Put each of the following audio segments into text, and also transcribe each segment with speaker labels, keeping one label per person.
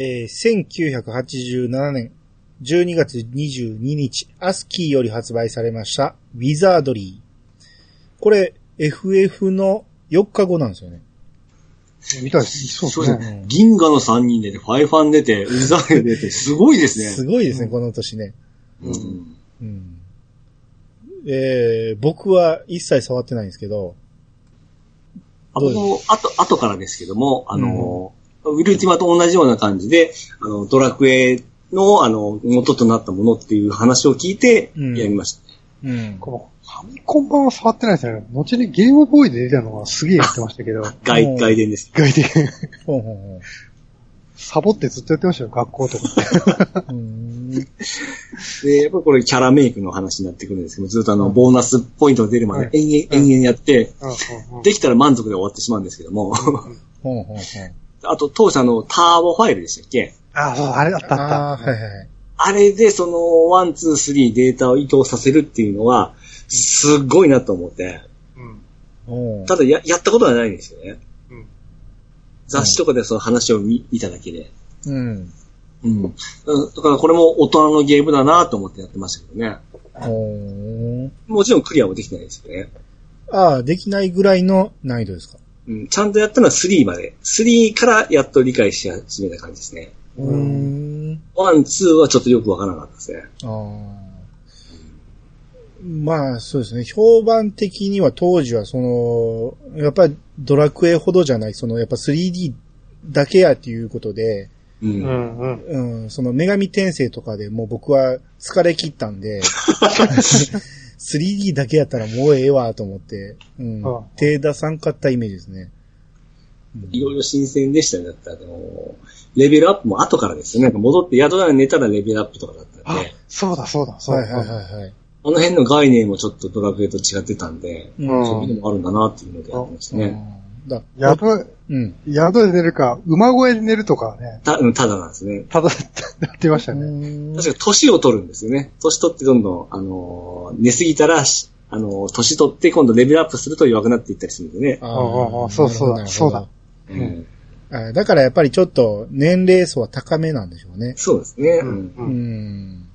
Speaker 1: えー1987年12月22日、アスキーより発売されました、ウィザードリー。これ、FF の4日後なんですよね。
Speaker 2: 見たいです。そうです
Speaker 1: ね
Speaker 2: ね。
Speaker 3: 銀河の3人出て、ファイファン出て、ウザール出て、すごいです
Speaker 1: す
Speaker 3: ね。
Speaker 1: ごいですね、この年ね。
Speaker 3: うん
Speaker 1: うん。えー僕は一切触ってないんですけど、
Speaker 3: あ
Speaker 1: どう
Speaker 3: と、あと、後からですけども、あの、ウルティマと同じような感じで、あの、ドラクエの、あの、元となったものっていう話を聞いて、
Speaker 1: うん
Speaker 3: やりました。
Speaker 1: うん。
Speaker 2: このファミコン版は触ってないですね。後にゲームボーイで出たのはすげえやってましたけど、意
Speaker 3: 外、
Speaker 1: うん
Speaker 3: 外伝です。
Speaker 2: 外的に
Speaker 1: ほんほんほん。
Speaker 2: サボってずっとやってましたよ、学校とかで。
Speaker 1: うーん
Speaker 3: で、やっぱりこれキャラメイクの話になってくるんですけど、ずっとあの、ボーナスポイントが出るまで
Speaker 2: うん
Speaker 3: 延々、延々やって、
Speaker 2: うんうんうん
Speaker 3: できたら満足で終わってしまうんですけども、
Speaker 1: ほんほんほん。
Speaker 3: あと当社のターボファイルでしたっけ
Speaker 2: ああ、そう、あれだったあっ
Speaker 1: ああー、はいはいはい。
Speaker 3: あれでその、ワン、ツー、スリーデータを移動させるっていうのは、すっごいなと思って、
Speaker 2: た。うん。
Speaker 1: おー
Speaker 3: ただや、やったことはないんですよね。
Speaker 2: うん
Speaker 3: 雑誌とかでその話を見見ただけで。
Speaker 1: うん。
Speaker 3: うん。だからこれも大人のゲームだなと思ってやってましたけどね。
Speaker 1: おー
Speaker 3: もちろんクリアもできてないですよね。
Speaker 1: ああ、できないぐらいの難易度ですか。
Speaker 3: うん、ちゃんとやったのは3まで。3からやっと理解し始めた感じですね。
Speaker 1: うーん。
Speaker 3: 1、2はちょっとよくわからなかったですね。
Speaker 1: ああ。まあ、そうですね。評判的には当時はその、やっぱりドラクエほどじゃない、そのやっぱ 3D だけやっていうことで、
Speaker 3: う。
Speaker 2: うんんうん。
Speaker 1: うん、その女神転生とかでもう僕は疲れ切ったん で、3D だけやったらもうええわと思って、うん
Speaker 2: ああ、
Speaker 1: 手出さんかったイメージですね。うん
Speaker 3: いろいろ新鮮でしたね。だってあの、レベルアップも後からですよね。なんか戻って宿屋に寝たらレベルアップとかだったん
Speaker 2: あ
Speaker 3: で、、
Speaker 2: そうだそうだ、そう
Speaker 1: は
Speaker 2: だ。
Speaker 1: いはいはいはい。
Speaker 3: あの辺の概念もちょっとドラクエと違ってたんで、
Speaker 1: う
Speaker 3: そう
Speaker 2: う
Speaker 3: い
Speaker 2: ん
Speaker 3: うのもあるんだなっていうのでありましたね。
Speaker 1: うんだ
Speaker 2: 宿、
Speaker 1: うん。
Speaker 2: 宿で寝るか、馬小屋で寝るとかはね、
Speaker 3: たうんただなんですね。
Speaker 2: ただ、やってましたね。
Speaker 3: 確か年を取るんですよね。年取ってどんどん、あのー寝すぎたらし、あのー年取って今度レベルアップすると弱くなっていったりするんでね。
Speaker 2: うんうんうんそうそうだ
Speaker 1: なるほど
Speaker 2: そうだ
Speaker 3: うん
Speaker 2: うん
Speaker 1: あだからやっぱりちょっと年齢層は高めなんでしょうね。
Speaker 3: そうですね。
Speaker 2: う
Speaker 3: うん
Speaker 2: んう。
Speaker 1: うんん。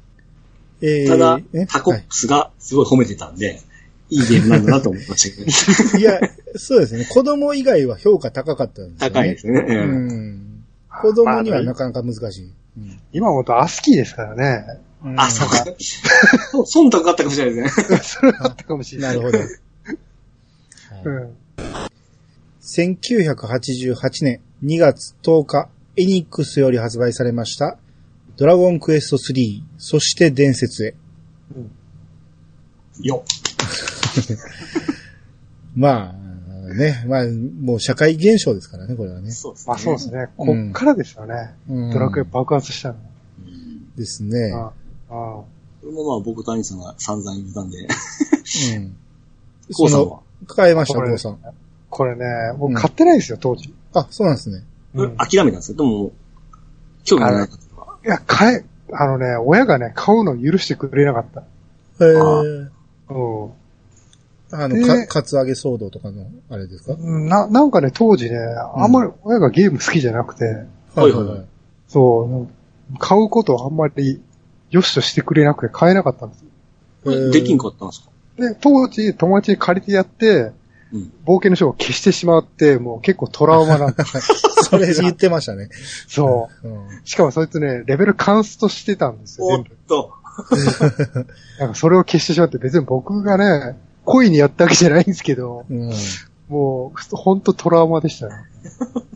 Speaker 1: えー
Speaker 3: ただ
Speaker 1: え、
Speaker 3: タコ
Speaker 1: は
Speaker 3: ックスがすごい褒めてたんで、いいゲームなんだなと思いましたけど、
Speaker 1: いいや、そうですね。子供以外は評価高かったんですよね。
Speaker 3: 高いですね。
Speaker 1: う
Speaker 3: うん
Speaker 1: ん。子供にはな
Speaker 2: まあ
Speaker 1: かなか難しい。うん
Speaker 2: 今思うとアスキーですからね。
Speaker 3: あ、そうか。 忖度があったかもしれないですね。
Speaker 2: それはあったかもしれな。
Speaker 1: ないるほど。
Speaker 2: う
Speaker 1: はい
Speaker 2: ん。
Speaker 1: 1988年2月10日、エニックスより発売されました、ドラゴンクエスト3、そして伝説へ。
Speaker 3: よ
Speaker 1: まあ、ね、まあ、もう社会現象ですからね、これはね
Speaker 3: っ。そうです
Speaker 2: まあそうです
Speaker 3: ね。
Speaker 2: ね。
Speaker 1: う
Speaker 2: こ
Speaker 1: ん
Speaker 2: っからですよね。ドラクエ
Speaker 1: うん
Speaker 2: 爆発したの。
Speaker 1: ですね。
Speaker 2: あああ
Speaker 3: これもまあ僕と兄さんが散々言ったんで、
Speaker 1: うん。
Speaker 3: コウさん
Speaker 1: そ
Speaker 3: は。
Speaker 1: の、変えました、
Speaker 2: これ
Speaker 1: 郷さん。
Speaker 2: これね、僕買ってないですよ、当時。
Speaker 1: あ、そうなんですね。
Speaker 2: う
Speaker 3: え
Speaker 2: ん
Speaker 3: 諦めたんですよ。でも、興味がなかったのは。
Speaker 2: いや、買え、あのね、親がね、買うのを許してくれなかった。
Speaker 1: へー
Speaker 2: うん
Speaker 1: あの、
Speaker 2: で
Speaker 1: か、カツアゲ騒動とかの、あれですか
Speaker 2: うん。な、なんかね、当時ね、あんまり親がゲーム好きじゃなくて、
Speaker 3: はいはいはい。
Speaker 2: そう、買うことをあんまり良しとしてくれなくて買えなかったんですよ。
Speaker 3: これできんかったんですか
Speaker 2: で、当時友達に借りてやって、
Speaker 3: うん
Speaker 2: 冒険の書を消してしまって、もう結構トラウマなんだ。
Speaker 1: それ言ってましたね。
Speaker 2: そうう。しかもそいつね、レベルカンストしてたんですよ、
Speaker 3: お
Speaker 2: 全
Speaker 3: っ
Speaker 2: 部。
Speaker 3: と。
Speaker 2: なんかそれを消してしまって、別に僕がね、故意にやったわけじゃないんですけど、
Speaker 1: ん。うん。
Speaker 2: もう、ほんとトラウマでしたね。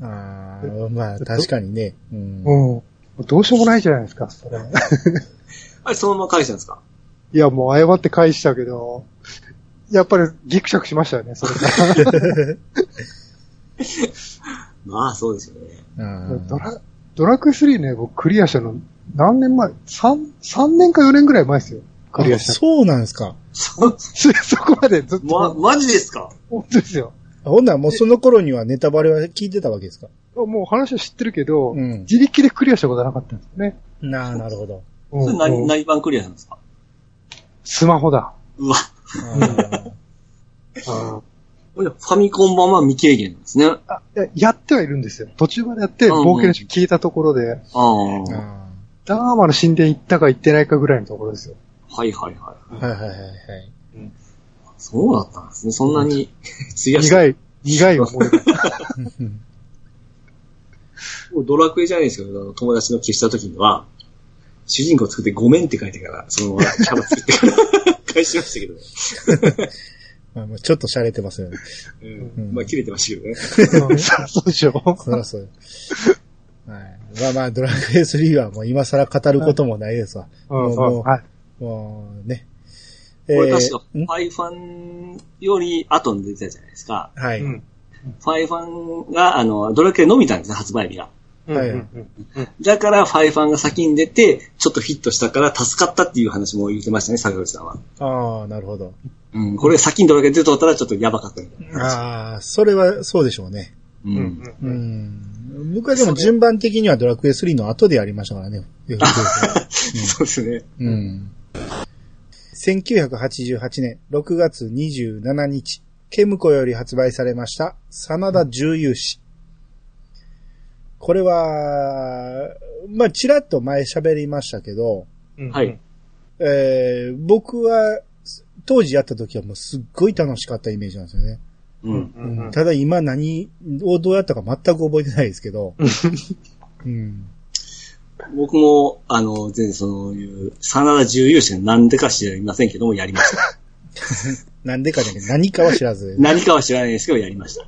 Speaker 1: ああ、まあ、確かにね。うん。
Speaker 2: うん。どうしようもないじゃないですか、そ れ。
Speaker 3: あれそのまま返したんですか
Speaker 2: いや、もう謝って返したけど、やっぱりギクシャクしましたよね、それから。
Speaker 3: まあそうですよね。
Speaker 1: あー
Speaker 2: ドラ、ドラクエ3ね、僕クリアしたの、何年前 ?3、三年か4年ぐらい前ですよ。クリアし
Speaker 1: あ
Speaker 2: た
Speaker 1: そうなんですか。
Speaker 3: そ、
Speaker 2: の。 そこまでずっと、
Speaker 3: ま、マジですか
Speaker 2: 本当ですよ。
Speaker 1: あほんならもうその頃にはネタバレは聞いてたわけですか。
Speaker 2: もう話は知ってるけど、
Speaker 1: うん。
Speaker 2: 自力でクリアしたことはなかったんですよね。
Speaker 1: なあ、なるほど。
Speaker 3: そ
Speaker 2: う
Speaker 3: れ
Speaker 2: ん
Speaker 3: 何、何番クリアなんですか
Speaker 2: スマホだ。
Speaker 3: うわ。
Speaker 1: あー
Speaker 2: うん
Speaker 3: これファミコン版は未経験なんですね。あ
Speaker 2: あややってはいるんですよ。途中までやって、
Speaker 3: うんうん
Speaker 2: 冒険の人聞いたところで、
Speaker 1: あ
Speaker 3: あ。
Speaker 2: ダーマの神殿行ったか行ってないかぐらいのところですよ。
Speaker 3: はいはいは
Speaker 1: ーはいはいはいはい。
Speaker 3: い。そうだったんですね。そんなに費やして。
Speaker 2: 苦い、苦い思いが。
Speaker 1: うん
Speaker 3: もうドラクエじゃないですけど、あの友達の消した時には、主人公作ってごめんって書いてから、そのままキャラ作ってから、返しましたけどね。
Speaker 1: まあまあちょっと洒落てますよね。
Speaker 3: うん。まあ切れてましたけど
Speaker 2: う
Speaker 3: ね。
Speaker 2: んそうでしょ。
Speaker 1: そらそうよ。はい。まあまあ、ドラクエ3はもう今更語ることもないですわ。
Speaker 2: うん、
Speaker 1: もう
Speaker 2: うんはい。
Speaker 1: もうね。
Speaker 3: これ確か、
Speaker 1: えーん
Speaker 3: ファイファンより後に出てたじゃないですか。
Speaker 1: はい。
Speaker 2: うん
Speaker 3: ファイファンが、あの、ドラクエ伸びたんですね、発売日が。
Speaker 2: うん
Speaker 1: はい
Speaker 2: うんうんうん
Speaker 3: だから、ファイファンが先に出て、ちょっとヒットしたから助かったっていう話も言ってましたね、坂口さんは。
Speaker 1: ああ、なるほど。
Speaker 3: うん、これ先にどれだけ出とったらちょっとやばかったみたいな。
Speaker 1: ああ、それはそうでしょうね。
Speaker 3: う
Speaker 2: うん
Speaker 3: ん。
Speaker 1: う
Speaker 2: うん
Speaker 1: ん。僕はでも順番的にはドラクエ3の後でやりましたからね。
Speaker 3: そうですね。
Speaker 1: うん。1988年6月27日、ケムコより発売されました、真田重勇士。これは、まあ、ちらっと前喋りましたけど、
Speaker 2: うん
Speaker 3: はい。
Speaker 1: えー僕は、当時やった時はもうすっごい楽しかったイメージなんですよね。
Speaker 3: うん。
Speaker 2: うんうんうん
Speaker 1: ただ今何をどうやったか全く覚えてないですけど。うん。
Speaker 3: 僕も、あの、全然そういう、真田重要者なんでか知りませんけども、やりま した。
Speaker 1: なんでかじゃなくて何かは知らず。
Speaker 3: 何かは知らないですけど、やりました。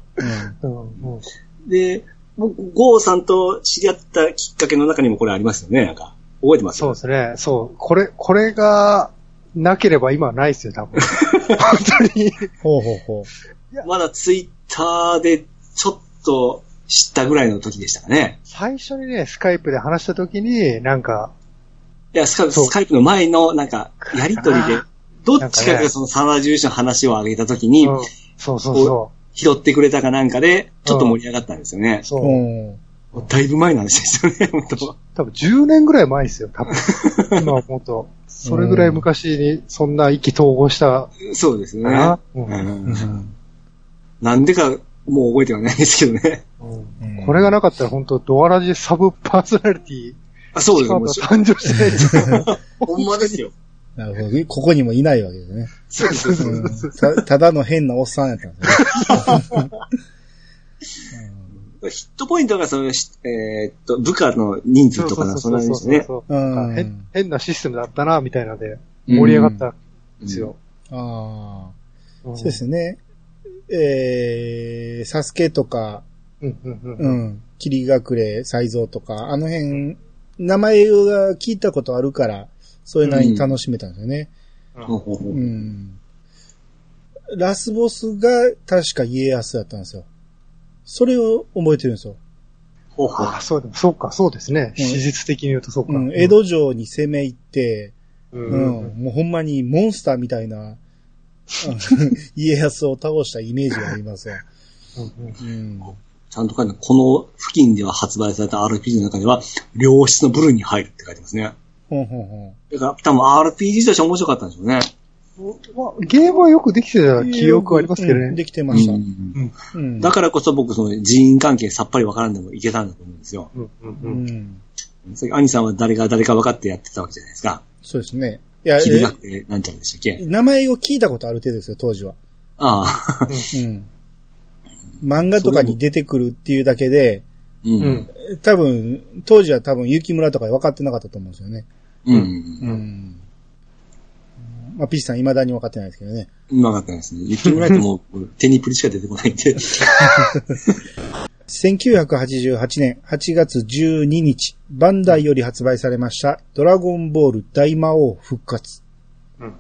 Speaker 1: うん
Speaker 2: うんうん
Speaker 3: で、僕、ゴーさんと知り合ったきっかけの中にもこれありますよね、なんか。覚えてます
Speaker 2: そうですね。そう。これ、これが、なければ今はないですよ、多 分。本当に。
Speaker 1: ほうほうほう。
Speaker 3: まだツイッターでちょっと知ったぐらいの時でしたかね。
Speaker 2: 最初にね、スカイプで話した時に、なんか、
Speaker 3: いや、スカイプ
Speaker 2: そう
Speaker 3: スカイプの前の、なんか、やりとりで
Speaker 2: あ、
Speaker 3: どっちか
Speaker 2: なんか
Speaker 3: が
Speaker 2: ね
Speaker 3: その真田重要者の話を上げた時に、
Speaker 2: うんそうそうそ
Speaker 3: 拾ってくれたかなんかで、ちょっと盛り上がったんですよね
Speaker 2: う。。そう。
Speaker 1: うん。
Speaker 3: もうだいぶ前の話ですよね、本当
Speaker 2: 多分10年ぐらい前ですよ、多 分。今思うと。それぐらい昔にそんな意気投合した
Speaker 3: そうです
Speaker 2: か
Speaker 3: ね。
Speaker 2: な。う
Speaker 3: うん
Speaker 1: うんん
Speaker 3: なんでか、もう覚えてはないですけどね。
Speaker 1: うん
Speaker 2: これがなかったら本当ドアラジサブパーソナリティ
Speaker 3: あそうです。もう
Speaker 2: しか誕生してないと思う。
Speaker 3: ほんまですよ。
Speaker 1: なるほど。ここにもいないわけですね。
Speaker 3: そうそうそう。
Speaker 1: うんたただの変なおっさんやったんですね。
Speaker 3: ヒットポイントが、その、しえーっと、部下の人数とかな、そんな
Speaker 2: う
Speaker 3: 感じ
Speaker 2: そ
Speaker 3: で
Speaker 2: う
Speaker 3: す
Speaker 2: そうそ
Speaker 3: ね。
Speaker 2: う。
Speaker 1: うん
Speaker 2: なんか
Speaker 1: う
Speaker 2: 変
Speaker 1: ん
Speaker 2: 変なシステムだったな、みたいなので、盛り上がったんですよ。
Speaker 1: ああ。そう
Speaker 2: そ
Speaker 1: ですね。えー、サスケとか、
Speaker 2: うんうんうん
Speaker 1: う
Speaker 2: うん。
Speaker 1: ん、霧隠れ、才蔵とか、あの辺、名前が聞いたことあるから、そういうのに楽しめたんですよね。
Speaker 3: ほうほうほ
Speaker 1: う。
Speaker 3: うん
Speaker 1: ラスボスが確か家康だったんですよ。それを覚えてるんですよ。
Speaker 3: ほうほう
Speaker 2: あ、そうだ、そうか、そうですね。史実的に言うとそうか。
Speaker 1: うん、江戸城に攻め入って、
Speaker 2: う
Speaker 1: う
Speaker 2: んうん
Speaker 1: ん
Speaker 2: うん、
Speaker 1: もうほんまにモンスターみたいな、あの家康を倒したイメージがありますよ。
Speaker 2: うん
Speaker 1: うん。
Speaker 3: ちゃんと書いてあるこの付近では発売された RPG の中では、良質の部類に入るって書いてますね。
Speaker 1: ほんほんほん。
Speaker 3: だから、多分 RPG として面白かったんでしょうね。
Speaker 2: まあゲームはよくできてた記憶はありますけど
Speaker 1: うん
Speaker 2: ね。
Speaker 1: できてました。
Speaker 3: う
Speaker 1: うんん。
Speaker 3: だからこそ僕、その人員関係さっぱりわからんでもいけたんだと思うんですよ。
Speaker 2: うんうん
Speaker 1: う
Speaker 2: うん
Speaker 1: ん。
Speaker 3: さっき兄さんは誰が誰か分かってやってたわけじゃないですか。
Speaker 1: そうですね。いや、
Speaker 3: 気になっ
Speaker 1: え
Speaker 3: て、なんちゃらでしたっけ
Speaker 1: 名前を聞いたことある程度ですよ、当時は。
Speaker 3: あ
Speaker 1: う
Speaker 3: あ。
Speaker 1: ん。漫画とかに出てくるっていうだけで、
Speaker 3: う。
Speaker 2: うんん
Speaker 1: 多分、当時は多分、雪村とか分かってなかったと思うんですよね。
Speaker 3: うん。
Speaker 1: うん。まあ、ピッチさん未だに分かってないですけどね。
Speaker 3: 分かったです ね。雪村ってもう手にプリしか出てこないんで。
Speaker 1: 1988年8月12日、バンダイより発売されました、ドラゴンボール大魔王復活。
Speaker 2: うん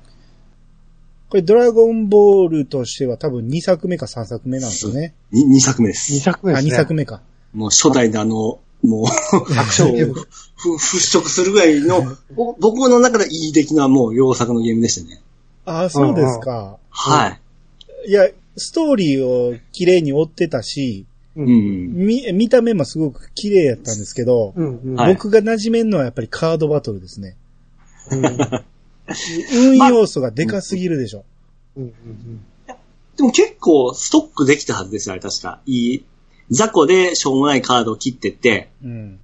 Speaker 1: これ、ドラゴンボールとしては多分2作目か3作目なんですよね。
Speaker 3: に2作目で
Speaker 2: 二
Speaker 3: す。
Speaker 2: 作目
Speaker 1: あ、
Speaker 2: です
Speaker 1: 2
Speaker 2: ね。
Speaker 1: 作目か。
Speaker 3: もう初代であの、もう、
Speaker 1: 白
Speaker 3: 章を ふ払拭するぐらいの、ぼ僕の中でいい出来なもう洋作のゲームでしたね。
Speaker 1: ああ、そうですか。
Speaker 3: はい。
Speaker 1: いや、ストーリーを綺麗に追ってたし、
Speaker 3: うん。
Speaker 1: み、見た目もすごく綺麗やったんですけど、
Speaker 2: うんうん。
Speaker 3: はい
Speaker 1: 僕が馴染めんのはやっぱりカードバトルですね。
Speaker 2: うんうん
Speaker 1: 運要素がでかすぎるでしょ。
Speaker 2: うんうん
Speaker 3: でも結構ストックできたはずですよ、あれ確か。いい、雑魚でしょうもないカードを切ってって、
Speaker 1: うん。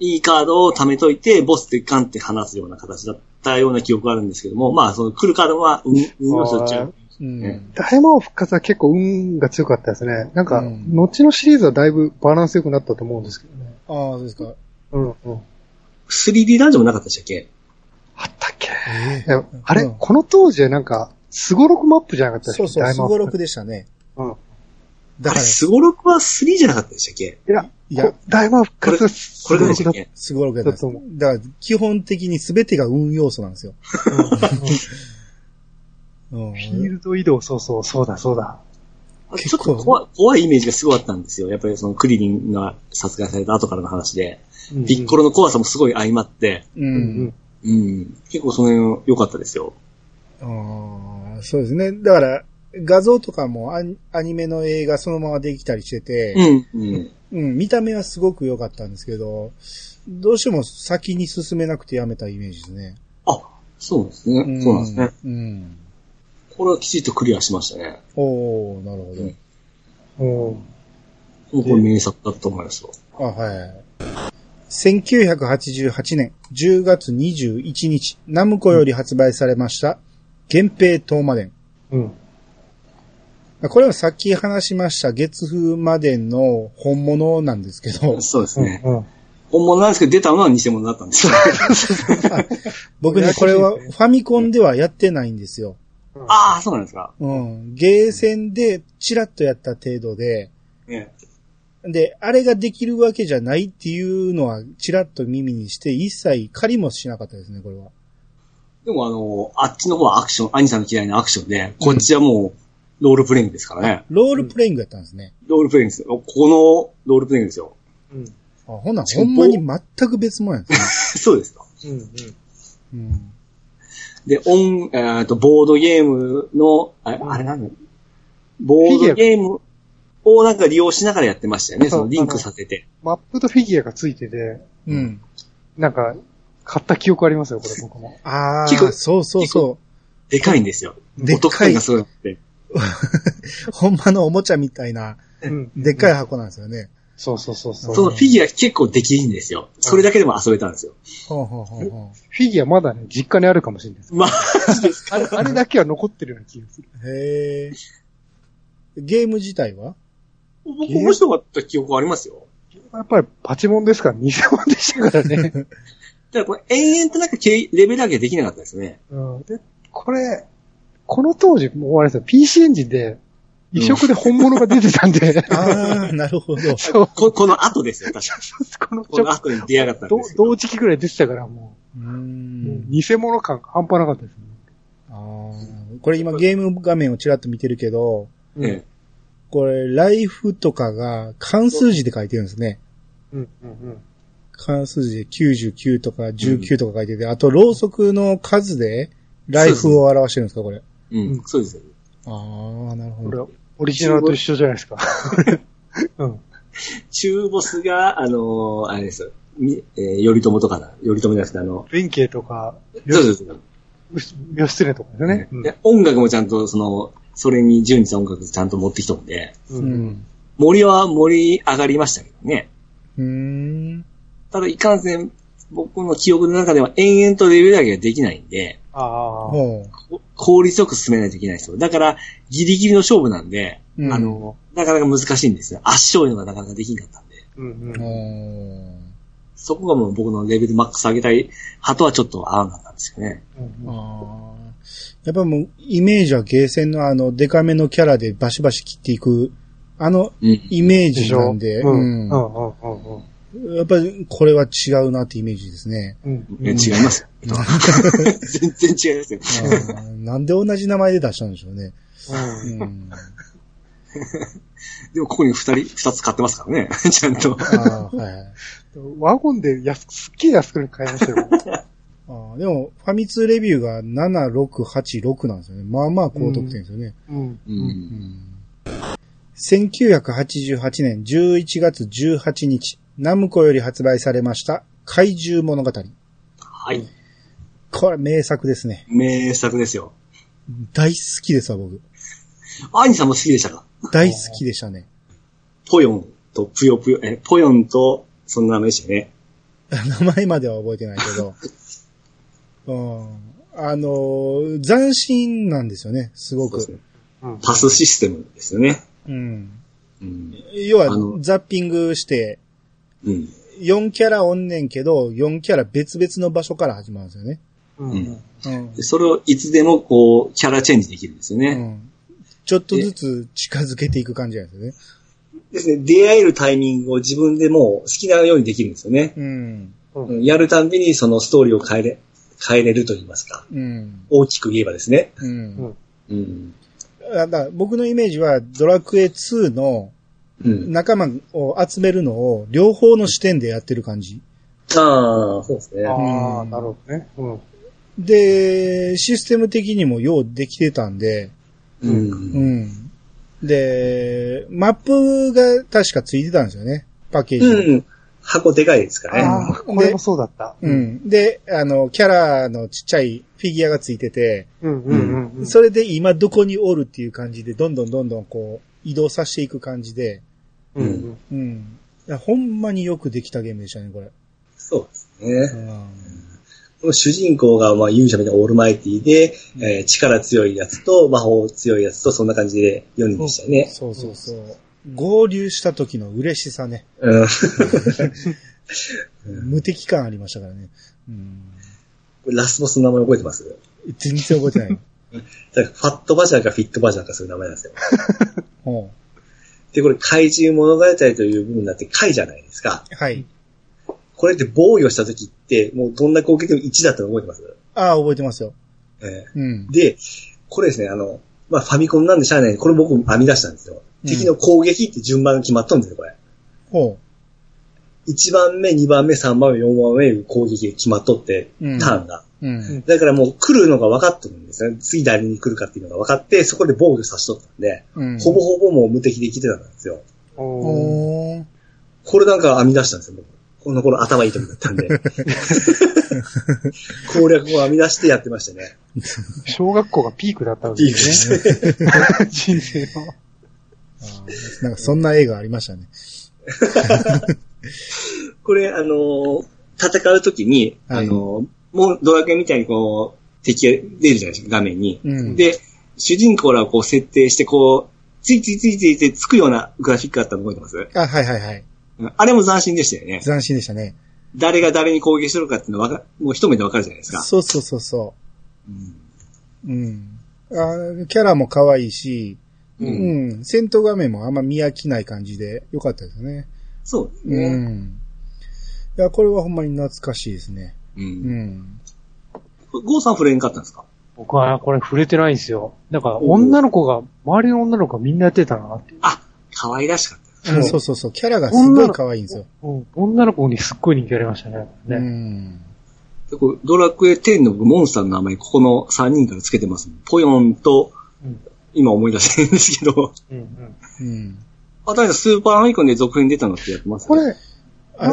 Speaker 3: いいカードを貯めといて、ボスでガンって放つような形だったような記憶があるんですけども、まあ、その来るカードは運、運用しとっちゃう。
Speaker 1: うん。
Speaker 3: ね
Speaker 2: 大魔王復活は結構運が強かったですね。なんか、
Speaker 1: うん
Speaker 2: 後のシリーズはだいぶバランス良くなったと思うんですけどね。
Speaker 1: ああ、そうですか。
Speaker 2: うんうん。
Speaker 3: 3D ダンジョンもなかったでしたっけ
Speaker 2: あったっけ
Speaker 1: え
Speaker 2: いやあれ、
Speaker 1: うん
Speaker 2: この当時はなんか、スゴロクマップじゃなかった
Speaker 1: そうそう、
Speaker 2: 大
Speaker 1: す
Speaker 2: 魔王
Speaker 1: ごろくでしたね。
Speaker 2: うん。
Speaker 1: だか
Speaker 3: あれ、
Speaker 1: ら、
Speaker 3: スゴロクは3じゃなかったでしたっけ
Speaker 2: いや、
Speaker 1: いや
Speaker 2: こ大魔王復活は
Speaker 3: こ
Speaker 2: ス
Speaker 3: れ
Speaker 2: ゴロ
Speaker 3: ぐらいで
Speaker 2: ク
Speaker 3: した
Speaker 2: だ
Speaker 3: っ
Speaker 2: っ
Speaker 3: け
Speaker 1: すごろくだった
Speaker 2: だと思
Speaker 1: だから、基本的に全てが運要素なんですよ。
Speaker 2: た。うん
Speaker 1: うん
Speaker 2: フィールド移動、そうそう、そうだ、そうだ。
Speaker 3: あれち
Speaker 1: 結
Speaker 3: ょ
Speaker 1: 構
Speaker 3: っと怖い、怖いイメージがすごかったんですよ。やっぱりそのクリリンが殺害された後からの話で、ピッコ
Speaker 2: ロ。
Speaker 3: ロの怖さもすごい相まって、
Speaker 1: う。
Speaker 2: うんん
Speaker 3: うん、結構その辺良かったですよ。
Speaker 1: ああ、そうですね。だから、画像とかもアニアニメの映画そのままできたりして
Speaker 3: う
Speaker 1: て、
Speaker 3: ん、うん。
Speaker 1: うん、見た目はすごく良かったんですけど、どうしても先に進めなくてやめたイメージですね。
Speaker 3: あ、そうですね。
Speaker 1: ん、
Speaker 3: そうなんですね。
Speaker 1: うん。
Speaker 3: これはきちっとクリアしましたね。
Speaker 1: おー、なるほど。
Speaker 2: う
Speaker 3: うん
Speaker 2: ん。うん
Speaker 3: もうこれ名作だと思いますよ。
Speaker 1: あ、はい。1988年10月21日、ナムコより発売されました、源平東馬伝。
Speaker 2: うん。
Speaker 1: これはさっき話しました月風魔伝の本物なんですけ ど、
Speaker 3: そうですね。
Speaker 2: うん。
Speaker 3: 本物なんですけど、出たのは偽物だったんです よ。
Speaker 1: 僕ね、これはファミコンではやってないんですよ。
Speaker 3: ああ、そうなんですか。
Speaker 1: うん。ゲーセンでチラッとやった程度で、
Speaker 3: ね、
Speaker 1: で、あれができるわけじゃないっていうのはチラッと耳にして、一切借りもしなかったですね、これは。
Speaker 3: でもあの、あっちの方はアクション、兄さんの嫌いなアクションで、こっちはもう、ロールプレイングですからね。
Speaker 1: ロールプレイングやったんですね。
Speaker 3: ロールプレイングですよ。このロールプレイングですよ。
Speaker 2: うん。
Speaker 1: あほんならほんまに全く別物やんですね。
Speaker 3: そうですか。
Speaker 2: うん。
Speaker 1: うん。
Speaker 3: で、オン、えっと、ボードゲームの、あれ、あれなんだボードゲームをなんか利用しながらやってましたよね。
Speaker 2: そう
Speaker 3: そのリンクさせて。
Speaker 2: マップとフィギュアがついてて、
Speaker 1: うん。
Speaker 2: なんか、買った記憶ありますよ、これ僕も。
Speaker 1: あ
Speaker 3: 結
Speaker 1: あ、
Speaker 3: 構
Speaker 1: そうそうそ
Speaker 3: でかいんですよ。
Speaker 1: う。でっ
Speaker 3: お得
Speaker 1: か
Speaker 3: 感
Speaker 1: い
Speaker 3: が、すごいあって。
Speaker 1: ほんまのおもちゃみたいな、
Speaker 2: うん
Speaker 1: でっかい。箱なんですよね。
Speaker 2: そうそうそうそう。
Speaker 3: そのフィギュア結構できるんですよ。それだけでも遊べたんですよ。
Speaker 1: ほうほうほうほ
Speaker 2: フィギュアまだね、実家にあるかもしれないです。
Speaker 3: まあ、
Speaker 2: あれ、あれだけは残ってるような気がする。
Speaker 1: う。へえ。ゲーム自体は
Speaker 3: 僕面白かった記憶ありますよ。
Speaker 2: やっぱりパチモンですから、偽物でしたからね。
Speaker 3: ただこれ延々となんかけレベル上げできなかったですね。
Speaker 2: うん。で、これ、この当時、もうあれですよ、PC エンジンで、移植で本物が出てたん で、
Speaker 1: ああ、 なるほど。
Speaker 2: そう、
Speaker 3: ここの後ですよ、確か
Speaker 2: この、
Speaker 3: に。この後に出やがったん
Speaker 2: ど
Speaker 3: ですよ。
Speaker 2: 同時期ぐらい出てたから、も
Speaker 1: う。
Speaker 2: う、もうん偽物感半端なかったですね。
Speaker 1: あーこれ今ゲーム画面をちらっと見てるけど、
Speaker 2: うん
Speaker 3: ええ
Speaker 1: これ、ライフとかが関数字で書いてるんですね。
Speaker 2: うん、うん、
Speaker 1: 関数字で99とか19とか書いてて、あと、ろうそくの数で、ライフを表してるんですか、これ。
Speaker 3: うん、そうですよ。
Speaker 1: ああ、なる
Speaker 2: うん。
Speaker 1: ほ
Speaker 2: これ
Speaker 1: ど。、
Speaker 2: オリジナルと一緒じゃないです か。うん。
Speaker 3: 中ボスが、あのーあれですよ。みえー、頼朝とかな。頼朝じゃなくて、あの、
Speaker 2: 弁慶とか、
Speaker 3: そう
Speaker 2: よ
Speaker 3: で
Speaker 2: し
Speaker 3: すね。
Speaker 2: 義経とかですね。うん
Speaker 3: で音楽もちゃんと、その、それに準じた音楽ちゃんと持ってきたんで、
Speaker 2: う。
Speaker 1: うんん。
Speaker 3: 森は盛り上がりましたけどね。
Speaker 1: うーん。
Speaker 3: ただ、いかんせん、僕の記憶の中では延々とレベル上げができないんで、
Speaker 2: ああ。
Speaker 1: ほ
Speaker 3: こ効率よく進めないといけないですよ。だから、ギリギリの勝負なんで、
Speaker 1: う。うん
Speaker 3: あ、の、なかなか難しいんですよ。圧勝いうのがなかなかできなかったんで。
Speaker 2: うんうん。
Speaker 1: お
Speaker 3: そこがもう僕のレベルマックス上げたい派とはちょっと合わなかったんですよね。
Speaker 1: ーあーやっぱもう、イメージはゲーセンのあの、デカめのキャラでバシバシ切っていく、あの
Speaker 3: うん。
Speaker 1: イメー
Speaker 2: で
Speaker 1: ジ
Speaker 2: し
Speaker 1: な
Speaker 2: ょ
Speaker 1: んで、
Speaker 2: うん。う
Speaker 1: う
Speaker 2: ん。う
Speaker 1: ん
Speaker 2: ん。うん。
Speaker 1: やっぱりこれは違うなってイメージです ね。
Speaker 2: うん。
Speaker 3: いや違いますよ。全然違いますよ。
Speaker 1: あーなんで同じ名前で出したんでしょうね。
Speaker 2: うん。
Speaker 1: うん、
Speaker 3: でもここに二人、二つ買ってますからね。 ちゃんと。
Speaker 1: あーはいはい
Speaker 2: ワゴンで安く、すっげえ安く買いましたよ。
Speaker 1: あーでも、ファミ通レビューが7686なんですよね。まあまあ高得点ですよね。
Speaker 2: うん。
Speaker 3: う
Speaker 2: う
Speaker 1: う
Speaker 2: ん。
Speaker 1: ん
Speaker 3: ん。
Speaker 1: 1988年11月18日、ナムコより発売されました、怪獣物語。
Speaker 3: はい。
Speaker 1: これ名作ですね。
Speaker 3: 名作ですよ。
Speaker 1: 大好きですわ、僕。
Speaker 3: アーニさんも好きでしたか
Speaker 1: 大好きでしたね。
Speaker 3: ポヨンとぷよぷよ、え、ポヨンと、そんな名前でしたよね。
Speaker 1: 名前までは覚えてないけど。 うん。あのー、斬新なんですよね、すご
Speaker 3: そうです
Speaker 1: く。
Speaker 3: ね
Speaker 2: うん
Speaker 3: パスシステムですよね。
Speaker 1: うん。
Speaker 3: うん。
Speaker 1: 要は
Speaker 3: あの、
Speaker 1: ザッピングして、
Speaker 3: うん。
Speaker 1: 4キャラおんねんけど、4キャラ別々の場所から始まるんですよね。
Speaker 2: うん
Speaker 3: うん
Speaker 1: うん
Speaker 3: で。それをいつでも、こう、キャラチェンジできるんですよね。
Speaker 1: うんちょっとずつ近づけていく感じなんです
Speaker 3: ですね、出会えるタイミングを自分でもう好きなようにできるんですよね。
Speaker 1: よね。
Speaker 3: うんやるたんびにそのストーリーを変えれ、変えれると言いますか。
Speaker 1: うん。うん。
Speaker 3: 大きく言えばですね。
Speaker 1: うん。
Speaker 3: うん。
Speaker 1: あだから僕のイメージは、ドラクエ2の
Speaker 3: うん。
Speaker 1: 仲間を集めるのを両方の視点でやってる感じ。
Speaker 3: ああ、そうですね。
Speaker 2: ああ、
Speaker 1: うん
Speaker 2: なるほどね。うん。
Speaker 1: で、システム的にもようできてたんで、
Speaker 3: う。
Speaker 1: うんん。で、マップが確かついてたんですよね。パッケージに。
Speaker 3: うん。箱でかいですからね。
Speaker 2: ああ、これもそうだった。
Speaker 1: う。ん。で、あの、キャラのちっちゃいフィギュアがついてて、
Speaker 2: うんうんうんうん。
Speaker 1: それで今どこにおるっていう感じで、どんどんどんどんこう、移動させていく感じで、
Speaker 2: うんうん
Speaker 1: うん。いやほんまによくできたゲームでしたね、これ。
Speaker 3: そうです
Speaker 1: う
Speaker 3: ね。
Speaker 1: ん。
Speaker 3: この主人公が、まあ、勇者みたいなオールマイティで、
Speaker 1: うん
Speaker 3: えー力強いやつと、魔法強いやつと、そんな感じで4人でしたよね。
Speaker 1: そうそうそう。合流した時の嬉しさね。
Speaker 3: うん。
Speaker 1: 無敵感ありましたからね。うん。
Speaker 3: ラスボスの名前覚えてます
Speaker 1: 全然覚えてない。
Speaker 3: だからファットバジャーかフィットバジャーかそういう名前なんですよ。
Speaker 1: ほ
Speaker 3: で、これ怪獣物語という部分だって怪じゃないですか。
Speaker 1: うはい。
Speaker 3: これって防御した時って、もうどんな攻撃でも1だったの覚えてます、
Speaker 1: ああ、覚えてますよ。
Speaker 3: え
Speaker 1: うん
Speaker 3: ー。で、これですね、あの、まあ、ファミコンなんでしゃあない。これ僕編み出したんですよ。
Speaker 1: うん
Speaker 3: 敵の攻撃って順番が決まっとんですよ、これ。
Speaker 1: ほ
Speaker 3: 1番目、2番目、3番目、4番目いう攻撃が決まっとって、
Speaker 1: う
Speaker 3: タ
Speaker 1: ん
Speaker 3: ーンが。
Speaker 1: う。うん。
Speaker 3: だからもう来るのが分かってるんですよね。次誰に来るかっていうのが分かって、そこで防御さしとったんで、
Speaker 1: うん。
Speaker 3: ほぼほぼもう無敵できてたんですよ。
Speaker 2: おー
Speaker 1: おー。
Speaker 3: これなんか編み出したんですよ、僕。この頃頭いい時だったん で。攻略を編み出してやってましたね。
Speaker 2: 小学校がピークだったん
Speaker 3: いい
Speaker 2: で
Speaker 3: ですすね。
Speaker 2: ね。人生の。
Speaker 1: あーなんかそんな映画ありましたね。
Speaker 3: これ、あのー戦う時に、
Speaker 1: はい
Speaker 3: あのーもうドラクエみたいにこう、敵が出るじゃないですか、画面に。
Speaker 1: うん。
Speaker 3: で、主人公らをこう設定して、こう、ついついついついついつくようなグラフィックだったの覚えてます
Speaker 1: あ、はいはいはい。
Speaker 3: うんあれも斬新でしたよね。
Speaker 1: 斬新でしたね。
Speaker 3: 誰が誰に攻撃するかっていうのはわか、もう一目でわかるじゃないですか。
Speaker 1: そうそうそうそ
Speaker 3: うん
Speaker 1: う。うん。あーキャラも可愛いし、
Speaker 3: う
Speaker 1: うんん、戦闘画面もあんま見飽きない感じで良かったですね。
Speaker 3: そうです
Speaker 1: う
Speaker 3: ね。
Speaker 1: ん。いや、これはほんまに懐かしいですね。
Speaker 3: う。
Speaker 1: うんん。
Speaker 3: ゴーさん触れんかったんですか
Speaker 2: 僕はこれ触れてないんですよ。なんか、女の子が、周りの女の子がみんなやってたなって。
Speaker 3: あ、可愛らしかった。
Speaker 1: そうそうそうキャラがすごい可愛いんですよ。
Speaker 2: うん女の子にすっごい人気ありましたね。
Speaker 1: う
Speaker 2: ね。
Speaker 1: ん。
Speaker 3: でこれドラクエ10のモンスターの名前、ここの3人からつけてます。ポヨンと、
Speaker 2: うん
Speaker 3: 今思い出してるんですけど、
Speaker 2: うんうん
Speaker 1: うん。
Speaker 3: あたりスーパーファミコンで続編出たのってやってます
Speaker 2: これ、
Speaker 1: あ、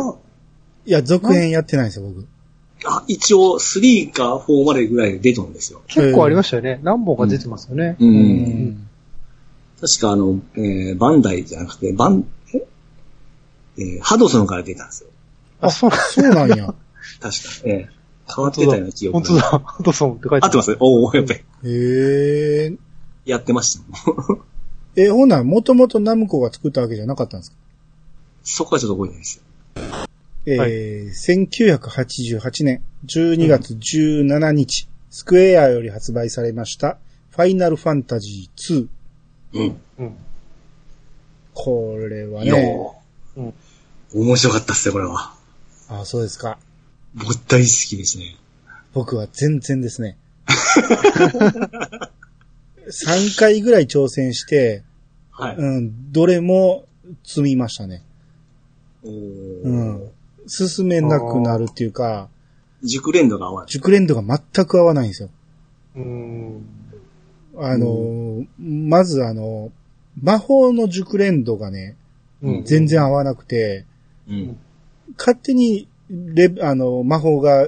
Speaker 1: いや、続編やってないんですよ、僕。
Speaker 3: あ、一応3か4までぐらいで出たんですよ。
Speaker 2: 結構ありましたよね。何本か出てますよね。
Speaker 3: うん。
Speaker 1: うん。
Speaker 3: 確かあの、えーバンダイじゃなくて、バン、ええーハドソンから出たんですよ。
Speaker 2: あ、そうなん
Speaker 1: そうなんや。
Speaker 3: 確か。えー変わってたような記憶
Speaker 2: 本
Speaker 3: が。
Speaker 2: 当だ。ハドソンって書いて
Speaker 3: 合ってますおおやっぱり。
Speaker 1: へえ。
Speaker 3: やってましたもん。
Speaker 1: え、ほな、もともとナムコが作ったわけじゃなかったんですか
Speaker 3: そこはちょっと覚えてないです。
Speaker 1: えー
Speaker 2: はい
Speaker 1: 1988年12月17日、スクエアより発売されました、ファイナルファンタジー2。
Speaker 3: うん。
Speaker 2: うん。
Speaker 1: これはい
Speaker 3: や
Speaker 1: ね、
Speaker 3: ー面白かったっすよ、これは。
Speaker 1: あそうですか。
Speaker 3: もう大好きですね。
Speaker 1: 僕は全然です ね。3回ぐらい挑戦して、
Speaker 3: はい。
Speaker 1: うん、どれも積みましたね。
Speaker 3: おー
Speaker 1: うん。進めなくなるっていうか、
Speaker 3: 熟練度が合わない。
Speaker 1: 熟練度が全く合わないんですよ。
Speaker 2: うん。
Speaker 1: あのーまずあの、魔法の熟練度がね、
Speaker 2: うん
Speaker 1: 全然合わなくて、
Speaker 3: うん。
Speaker 1: 勝手にレ、あの、魔法が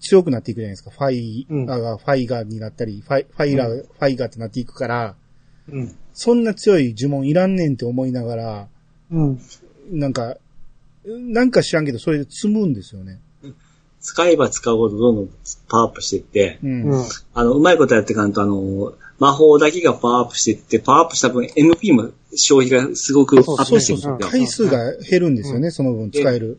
Speaker 1: 強くなっていくじゃないですか。ファイアがファイガーになったり、ファイ、ファイラー、ファイガーってなっていくから、
Speaker 2: うん。
Speaker 1: そんな強い呪文いらんねんって思いながら、
Speaker 2: うん。
Speaker 1: なんか、なんか知らんけど、それで積むんですよね。
Speaker 3: 使えば使うほどどんどんパワーアップしていって、
Speaker 1: うん。
Speaker 2: うん。
Speaker 3: あの、うまいことやっていかんと、あの、魔法だけがパワーアップしていって、パワーアップした分 MP も消費がすごくアッ
Speaker 2: そう
Speaker 1: そ
Speaker 3: プ
Speaker 1: う
Speaker 3: して
Speaker 1: そ
Speaker 3: いうく
Speaker 1: そう。
Speaker 3: んです
Speaker 1: 回数
Speaker 3: よ。
Speaker 1: が減るんですよね、その分使える。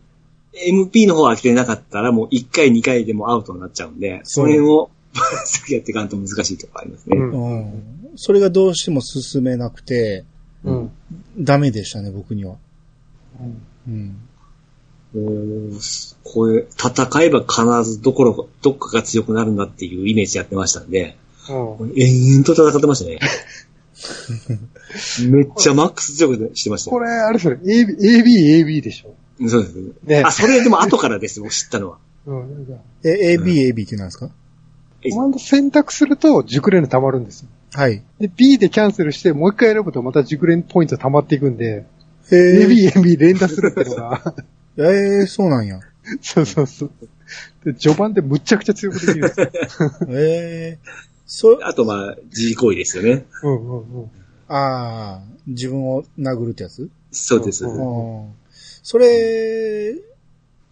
Speaker 3: MP の方は飽きてなかったら、もう1回2回でもアウトになっちゃうんで、その辺を、 先やっていかんと難しいところありますね。
Speaker 2: う。
Speaker 1: うんん。それがどうしても進めなくて、
Speaker 2: うん。
Speaker 1: ダメでしたね、僕には。うん。
Speaker 3: うーんこういう、戦えば必ずどころ、どっかが強くなるんだっていうイメージやってましたんで、
Speaker 2: うん。
Speaker 3: 延々と戦って ましたね。めっちゃマックス強くしてました
Speaker 2: こ
Speaker 3: よ。
Speaker 2: れ、あれですよね。AB、AB、AB でしょ。
Speaker 3: そうですね。
Speaker 2: ね
Speaker 3: あ、。それでも後からです、僕知ったのは。
Speaker 2: うん。なんか
Speaker 1: え、
Speaker 3: うん
Speaker 1: AB、AB ってなんですか
Speaker 2: コマンド選択すると熟練溜まるんですよ。
Speaker 1: はい。
Speaker 2: で、B でキャンセルして、もう一回選ぶとまた熟練ポイント溜まっていくんで、
Speaker 1: え
Speaker 2: AB、AB 連打するっていうのが、
Speaker 1: えー、そうなんや。
Speaker 2: そうそうそう。で、序盤でむっちゃくちゃ強くできるんですよ。
Speaker 1: ええそ、
Speaker 3: あと、まあ、自慰行為ですよね。
Speaker 2: うんうんうん。
Speaker 1: ああ、自分を殴るってやつ
Speaker 3: そうです。
Speaker 2: うん
Speaker 1: うんそれ、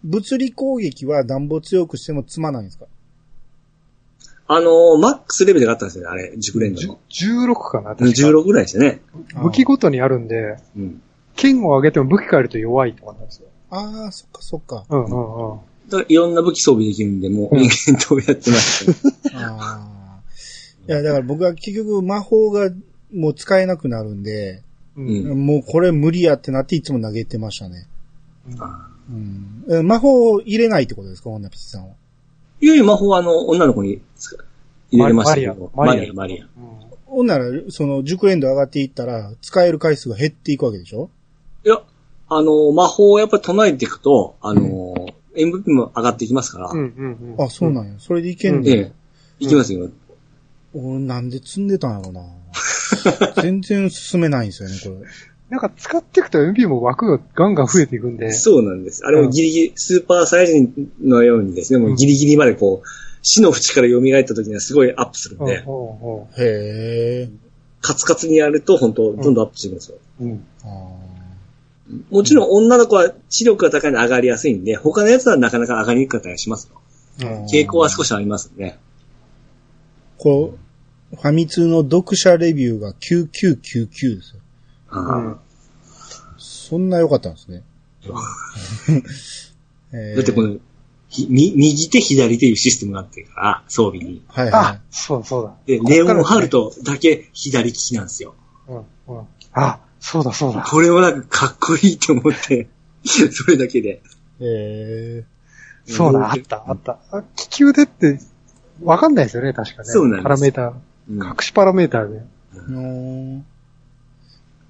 Speaker 1: 物理攻撃は暖房強くしても積まないんですか
Speaker 3: あのー、マックスレベルがあったんですよね、あれ、熟練
Speaker 2: じゅ
Speaker 3: 度の。
Speaker 2: 16かな、確か。
Speaker 3: 16ぐらいでしたね。
Speaker 2: 武器ごとにあるんで、
Speaker 3: うん。
Speaker 2: 剣を上げても武器変えると弱いとかなんですよ。
Speaker 1: ああ、そっかそっか。
Speaker 2: うんうんうん。
Speaker 3: だからいろんな武器装備できるんで、もう
Speaker 2: うん
Speaker 3: 人間とやってます、
Speaker 1: あーいや、だから僕は結局魔法がもう使えなくなるんで、
Speaker 2: うん
Speaker 3: う
Speaker 1: もうこれ無理やってなっていつも投げてましたね。
Speaker 2: うん
Speaker 1: うん、え魔法を入れないってことですか女ピチさんは。
Speaker 3: いよいよ魔法はあの、女の子に入れてましたけど。
Speaker 2: マ
Speaker 3: マ
Speaker 2: リア
Speaker 3: リア、マリア。
Speaker 1: ほんなら、その熟練度上がっていったら、使える回数が減っていくわけでしょ
Speaker 3: いや、あのー、魔法をやっぱ唱えていくと、あのー、MVP も上がっていきますから、
Speaker 2: うんうんうん。
Speaker 1: あ、そうなんや。それでいけんね
Speaker 3: ええ、いきますよ。
Speaker 1: 俺なんで積んでたんやろな 全然進めないんですよね、こ
Speaker 2: なんか使っていくと MP も枠がガンガン増えていくんで。
Speaker 3: そうなんです。あれもギリギリ、スーパーサイヤ人のようにですね、もうギリギリまでこう、死の淵から蘇った時にはすごいアップするん
Speaker 2: うんうんう
Speaker 3: で、
Speaker 2: ん
Speaker 1: れ。へえ。
Speaker 3: カツカツにやると本当どんどんアップしていくんですよ。
Speaker 2: うん。
Speaker 1: あ
Speaker 3: もちろん女の子は知力が高いので上がりやすいんで、他のやつはなかなか上がりにくかったりしますよ。
Speaker 1: ー
Speaker 3: 傾向は少しありますね。
Speaker 1: こう、ファミ通の読者レビューが9999ですよ。
Speaker 3: あ
Speaker 2: うん
Speaker 3: あ
Speaker 1: そんな良かったんですね。えー
Speaker 3: だってこの、ひみ右手左手いうシステムがあってるから、装備に。
Speaker 1: はいは
Speaker 2: あ、そうそうだ。
Speaker 3: で、
Speaker 2: こっから
Speaker 3: レ
Speaker 2: ですね
Speaker 3: オンハルトだけ左利きなんですよ。
Speaker 2: うんうん。あ、そうだそうだ。
Speaker 3: これはなんかかっこいいと思って、 それだけで。
Speaker 1: い。え
Speaker 2: そうだ、あった、あった。あ気球でって、わかんないですよね、確かね。
Speaker 3: そうなんです
Speaker 2: パラメータ
Speaker 3: うん
Speaker 2: ー。隠しパラメーターで。
Speaker 1: ー、のー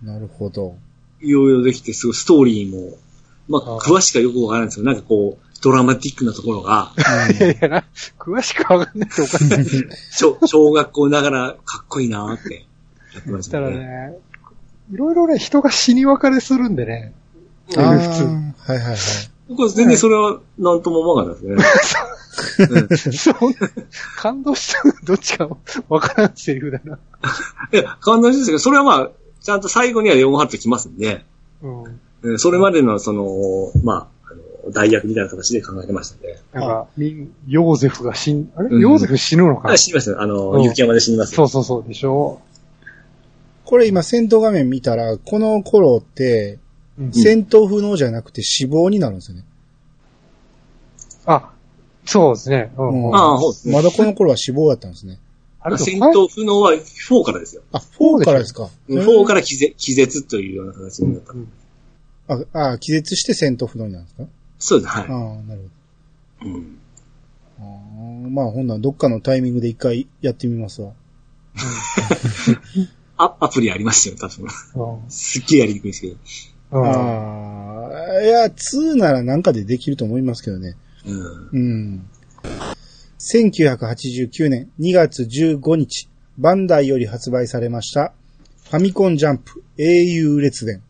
Speaker 1: なるほど。
Speaker 3: いろいろできて、すごいストーリーも、まあ、
Speaker 2: あ
Speaker 3: 詳しくはよくわからないんですけど、なんかこう、ドラマティックなところが、
Speaker 2: いやいやな、詳しくわかんないとおかしい。
Speaker 3: 小小学校ながらかっこいいなーって、やってま
Speaker 2: し
Speaker 3: したた
Speaker 2: ら
Speaker 3: ね。
Speaker 2: ね、いろいろね、人が死に別れするんでね。
Speaker 1: あ
Speaker 2: う
Speaker 1: ー
Speaker 2: ん
Speaker 1: はいはいはい。
Speaker 3: 僕は全然それはなんとも思わなかったです ね。うん
Speaker 2: そう、感動した、どっちかわからんセリフだな。
Speaker 3: いや、感動しですけど、それはまあ、ちゃんと最後にはレオンハルト来ますんで、
Speaker 2: うん。
Speaker 3: うんそれまでのその、まあ、あの代役みたいな形で考えてましたんで。
Speaker 2: なんか、みん、ヨーゼフが死ん、あれ、
Speaker 3: うん
Speaker 2: ヨーゼフ死ぬのか
Speaker 3: あ、死にますよ。あ
Speaker 2: う
Speaker 3: の、
Speaker 2: ん
Speaker 3: 雪山で死にます
Speaker 2: そ
Speaker 3: よ。
Speaker 2: うそうそう、でしょ。
Speaker 1: これ今戦闘画面見たら、この頃って、
Speaker 2: うん
Speaker 1: 戦闘不能じゃなくて死亡になるんですよね。
Speaker 2: あ、そうですね。うんうん。
Speaker 1: あ
Speaker 3: ああ、そうですね。
Speaker 1: まだこの頃は死亡だったんですね。
Speaker 2: あれ
Speaker 3: 戦闘不能は4からですよ。
Speaker 1: あ、4からですか。。
Speaker 3: 4からら気絶気絶というような形になった。
Speaker 1: あ、あ気絶して戦闘不能になるんですか
Speaker 3: そうです、はい
Speaker 1: あ。あ、なるほど。
Speaker 3: うん
Speaker 1: あーまあ、ほんならどっかのタイミングで一回やってみますわ。
Speaker 3: あアプリありましたよ、多分。
Speaker 2: うん
Speaker 3: すっげえやりにくいですけ
Speaker 2: う
Speaker 3: ど。
Speaker 2: ん。
Speaker 1: ああ、いや、2ならなんかでできると思いますけどね。
Speaker 3: うん。
Speaker 1: うん。1989年2月15日、バンダイより発売されました、ファミコンジャンプ英雄列伝。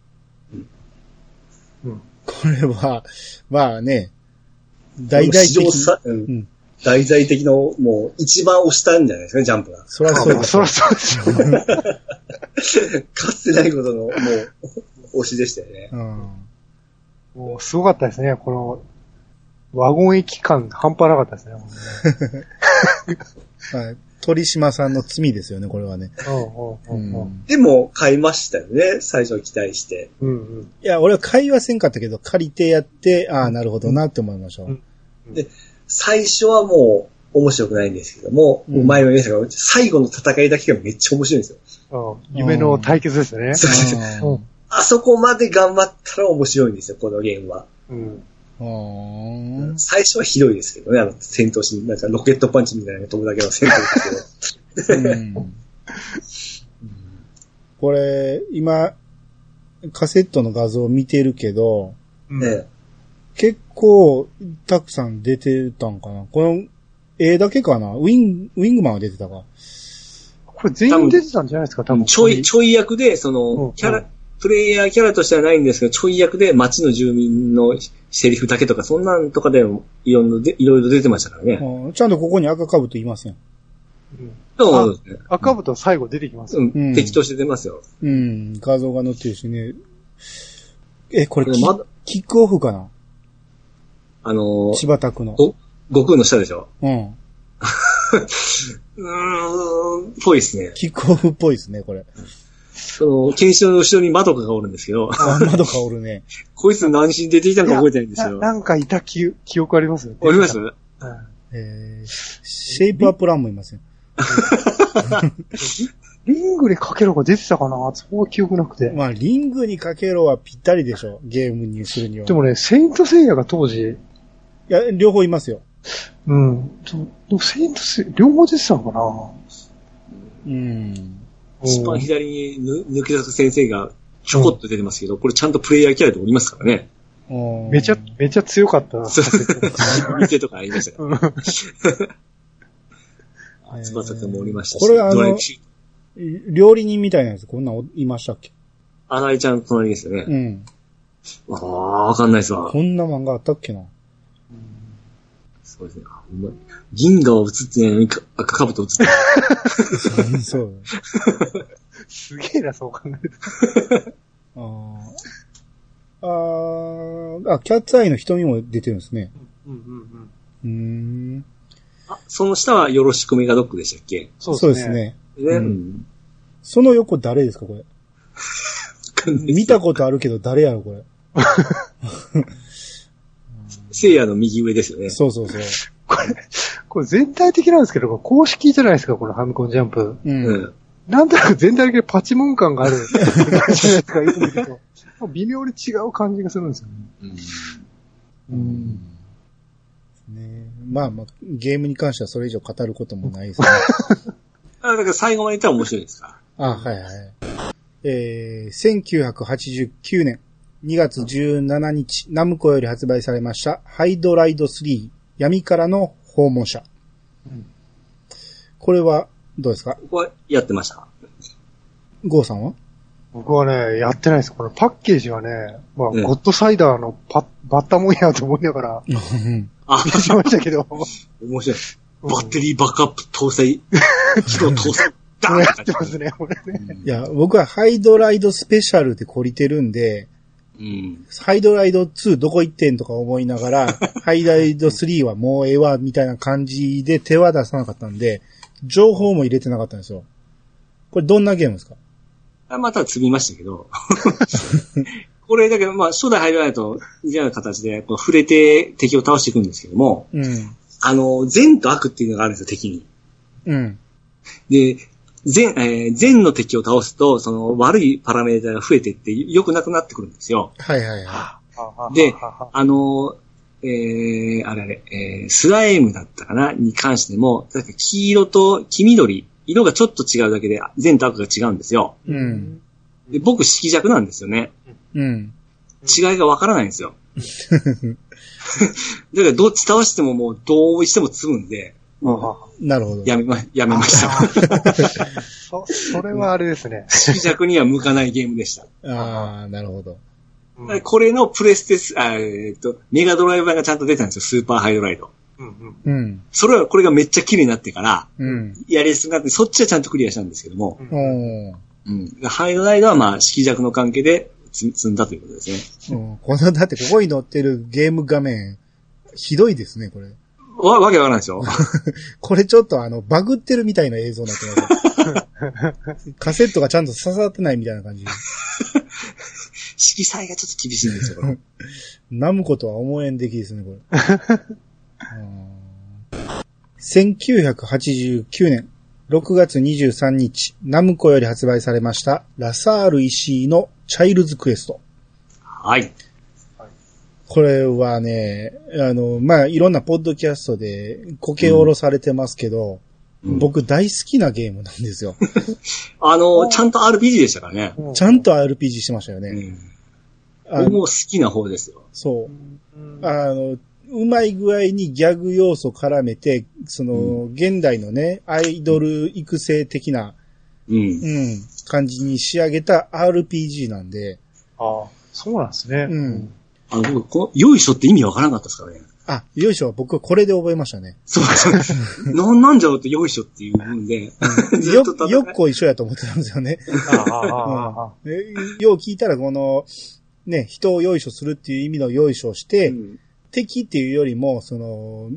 Speaker 2: うん
Speaker 1: これは、まあね、大々
Speaker 3: 史上
Speaker 1: 的
Speaker 3: さ、うん
Speaker 1: うん
Speaker 3: 題材的の、もう、一番押したんじゃないですかね、ジャンプが。
Speaker 1: そりゃ
Speaker 2: あ
Speaker 1: そう
Speaker 2: ま
Speaker 1: で
Speaker 2: あ
Speaker 1: す
Speaker 2: そら。そうでしょ。
Speaker 3: かつてないことの、もう、押しでしたよね。
Speaker 1: うん。
Speaker 2: もうすごかったですね、この、ワゴン駅感半端なかったですね。ほんと
Speaker 1: はい。鳥島さんの罪ですよね、これはね。う
Speaker 2: ねうんうんうん
Speaker 1: ん。
Speaker 3: でも、買いましたよね、最初期待して。
Speaker 2: うんうん。
Speaker 1: いや、俺は会話せんかったけど、借りてやって、ああ、なるほどなって思いました。
Speaker 2: うん
Speaker 3: 最初はもう、面白くないんですけども、
Speaker 1: うん
Speaker 3: 前も言いましたが、最後の戦いだけがめっちゃ面白いんですよ。
Speaker 2: うん夢の対決ですね。
Speaker 3: そうそう
Speaker 1: うん
Speaker 3: あそこまで頑張ったら面白いんですよ、このゲームは。
Speaker 2: うん。
Speaker 1: うん
Speaker 3: 最初はひどいですけどね、あの、戦闘シーン、なんかロケットパンチみたいなのが飛ぶだけの戦闘ですけど。
Speaker 1: うんこれ、今、カセットの画像を見てるけど、
Speaker 2: うん
Speaker 3: ね
Speaker 1: 結構、たくさん出てたんかな。この、絵だけかなウィン、ウィングマンは出てたか。
Speaker 2: これ全員出てたんじゃないですか、多分。
Speaker 3: ちょい、ちょい役で、そ
Speaker 2: うんう
Speaker 3: の
Speaker 2: ん、
Speaker 3: キャラ、プレイヤーキャラとしてはないんですけど、ちょい役で街の住民のセリフだけとか、そんなんとかでもいろんなでいろいろ出てましたからね。
Speaker 1: うんちゃんとここに赤かぶといません。
Speaker 2: うん
Speaker 3: そうですね
Speaker 2: 赤部と最後出てきますよ。
Speaker 3: う
Speaker 1: うん
Speaker 3: ん、敵として出ますよ。
Speaker 1: うん、画像が載ってるしね。え、これキ、
Speaker 3: まだ
Speaker 1: キックオフかな
Speaker 3: あのー、
Speaker 1: 柴田区の。
Speaker 3: お悟空の下でしょ
Speaker 1: うん。
Speaker 3: うーん、ぽいですね。
Speaker 1: キックオフっぽいですね、これ。
Speaker 3: その、ケンシロウの後ろにマドカがおるんですけど、
Speaker 1: あ、窓かおるね。
Speaker 3: こいつ何しに出てきたのか覚えてないんです
Speaker 2: な
Speaker 3: よ。
Speaker 2: なんかいた記記憶ありますよ。
Speaker 3: おります
Speaker 2: うん
Speaker 1: えー、シェイプアップランもいません。
Speaker 2: リングにかけろが出てたかなそこは記憶なくて。
Speaker 1: まあ、リングにかけろはぴったりでしょ。ゲームにするには。
Speaker 2: でもね、セイントセイヤが当時、
Speaker 1: いや、両方いますよ。
Speaker 2: うん。とでもセイントセイヤ、両方出てたのかな
Speaker 1: うん。
Speaker 3: 一番
Speaker 2: うん
Speaker 3: 左にぬ抜け出す先生がちょこっと出てますけど、これちゃんとプレイヤーキャラでおりますからね。
Speaker 2: めちゃ、めちゃ強かったな。
Speaker 3: 店とかありましたか
Speaker 2: うん
Speaker 3: ら。翼くんもおりましたし、
Speaker 1: これあの
Speaker 3: ドラえもんし
Speaker 1: 料理人みたいなやつ、こんなんおいましたっけ
Speaker 3: 新井ちゃんの隣ですよ
Speaker 1: う
Speaker 3: ね。
Speaker 1: ん。
Speaker 3: ああ、わかんないですわ
Speaker 1: こ。んな漫画あったっけな。
Speaker 3: そうですね。あほんまに銀河は映ってないのにか赤かぶと映ってる。
Speaker 1: そう。
Speaker 2: すげえな、そう考えると。
Speaker 1: あーあー。あ、キャッツアイの瞳も出てるんですね。
Speaker 2: うんうんう
Speaker 1: うー
Speaker 2: ん。
Speaker 1: ん。
Speaker 3: あその下はよろしくメガドックでしたっけ
Speaker 2: そう
Speaker 1: そう
Speaker 2: で
Speaker 1: ですす
Speaker 2: ね。
Speaker 1: ね。
Speaker 3: ね、
Speaker 1: うんその横誰ですか、これ。見たことあるけど誰やろ、これ。
Speaker 3: せいやの右上ですよね。
Speaker 1: そうそうそう。
Speaker 2: これ、これ全体的なんですけど、公式じゃないですか、このハミコンジャンプ。
Speaker 1: うん。
Speaker 3: うん。
Speaker 2: なんとなく全体的にパチモン感がある感じのやつがよく見ると、微妙に違う感じがするんですよね。
Speaker 1: うんねまあまあ、ゲームに関してはそれ以上語ることもないですね。
Speaker 3: あだから最後まで言ったら面白いですか。
Speaker 1: あ、はいはい。えー、1989年2月17日、ナムコより発売されました、ハイドライド3、闇からの訪問者。
Speaker 2: うん
Speaker 1: これは、どうですか
Speaker 3: ここはやってました。
Speaker 1: ゴーさんは
Speaker 2: 僕はね、やってないです。このパッケージはね、まあ、
Speaker 3: ええ
Speaker 2: ゴッドサイダーのパバッタモンやと思いながら
Speaker 3: あ
Speaker 2: 見、てしましたけど、
Speaker 3: 面白い。バッテリーバックアップ搭 載、自動搭載、ダ
Speaker 2: うん
Speaker 3: ーン
Speaker 2: や
Speaker 3: って
Speaker 2: って
Speaker 3: 感
Speaker 2: ますね、これね。
Speaker 1: いや、僕はハイドライドスペシャルで懲りてるんで、
Speaker 3: じ。うん。
Speaker 1: ハイドライド2どこ行ってんとか思いなが ら、ハイドライド3はもうええわ、みたいな感じで手は出さなかったんで、情報も入れてなかったんですよ。これどんなゲームですか
Speaker 3: あまた積みましたけど。 これだけど、まあ、初代入らないと、みたいな形で、こう触れて敵を倒していくんですけども、
Speaker 1: うん。
Speaker 3: あの、善と悪っていうのがあるんですよ、敵に。
Speaker 1: うん。
Speaker 3: で、善、えー善の敵を倒すと、その悪いパラメータが増えていって、良くなくなってくるんですよ。
Speaker 1: はいはいは
Speaker 3: で
Speaker 2: は
Speaker 3: あの、えー、あれあれ、えー、スライムだったかなに関しても、確か黄色と黄緑、色がちょっと違うだけで、善と悪が違うんですよ。
Speaker 1: い。うん。
Speaker 3: で僕、色弱なんですよね。
Speaker 1: うん。
Speaker 3: 違いがわからないんです よ。だから、どっち倒してももう、どうしても積むんで、も
Speaker 2: は
Speaker 1: なるほど
Speaker 3: う、。やめま、やめました。
Speaker 2: そ、それはあれですね。
Speaker 3: 色弱には向かないゲームでした。
Speaker 1: ああ、なるほど。
Speaker 2: うん
Speaker 3: これのプレステス、あえーっと、メガドライバーがちゃんと出たんですよ、スーパーハイドライド。
Speaker 2: うんうん。
Speaker 1: うん。
Speaker 3: それは、これがめっちゃ綺麗になってから、
Speaker 1: うん。
Speaker 3: やりやすくなって、そっちはちゃんとクリアしたんですけども、
Speaker 2: うん
Speaker 1: おー
Speaker 3: うん。灰の間は、まあ、色弱の関係で積積んだということですね。
Speaker 1: うんこの、だってここに載ってるゲーム画面、ひどいですね、これ。
Speaker 3: わ、わけわからないでしょ
Speaker 1: これちょっとあの、バグってるみたいな映像になってます。カセットがちゃんと刺さってないみたいな感じ。
Speaker 3: 色彩がちょっと厳しいんですよ、これ
Speaker 1: ナムコとは思えん出来ですね、これ。うん1989年6月23日、ナムコより発売されました、ラサール石井のチャイルズクエスト。
Speaker 3: はい。
Speaker 1: これはね、あの、まあ、いろんなポッドキャストで、こけおろされてますけど、
Speaker 3: うん
Speaker 1: 僕大好きなゲームなんですよ。
Speaker 3: あの、ちゃんと RPG でしたからね。
Speaker 1: ちゃんと RPG してましたよ
Speaker 3: う
Speaker 1: ね。
Speaker 3: ん。
Speaker 1: あ
Speaker 3: 僕も好きな方ですよ。
Speaker 1: そう
Speaker 2: う。ん。
Speaker 1: あの、うまい具合にギャグ要素絡めて、その、
Speaker 3: う
Speaker 1: 現代のね、アイドル育成的な、
Speaker 3: うん。
Speaker 1: うん、感じに仕上げた RPG なんで、
Speaker 2: ああ、そうなんですね。
Speaker 1: うん。
Speaker 3: あの、僕、この、よいしょって意味わからなかったですからね。
Speaker 1: あ、よいしょ、僕はこれで覚えましたね。
Speaker 3: そう そう。なんなんじゃろうって、よいしょっていうもんで。 ず
Speaker 1: よ
Speaker 3: っと戦、い
Speaker 1: よっこ一緒やと思ってたんですよね。
Speaker 2: ああ、ああ、ああ。
Speaker 1: えよう聞いたら、この、ね、人をよいしょするっていう意味のよいしょをして、
Speaker 3: うん
Speaker 1: 敵っていうよりも、その、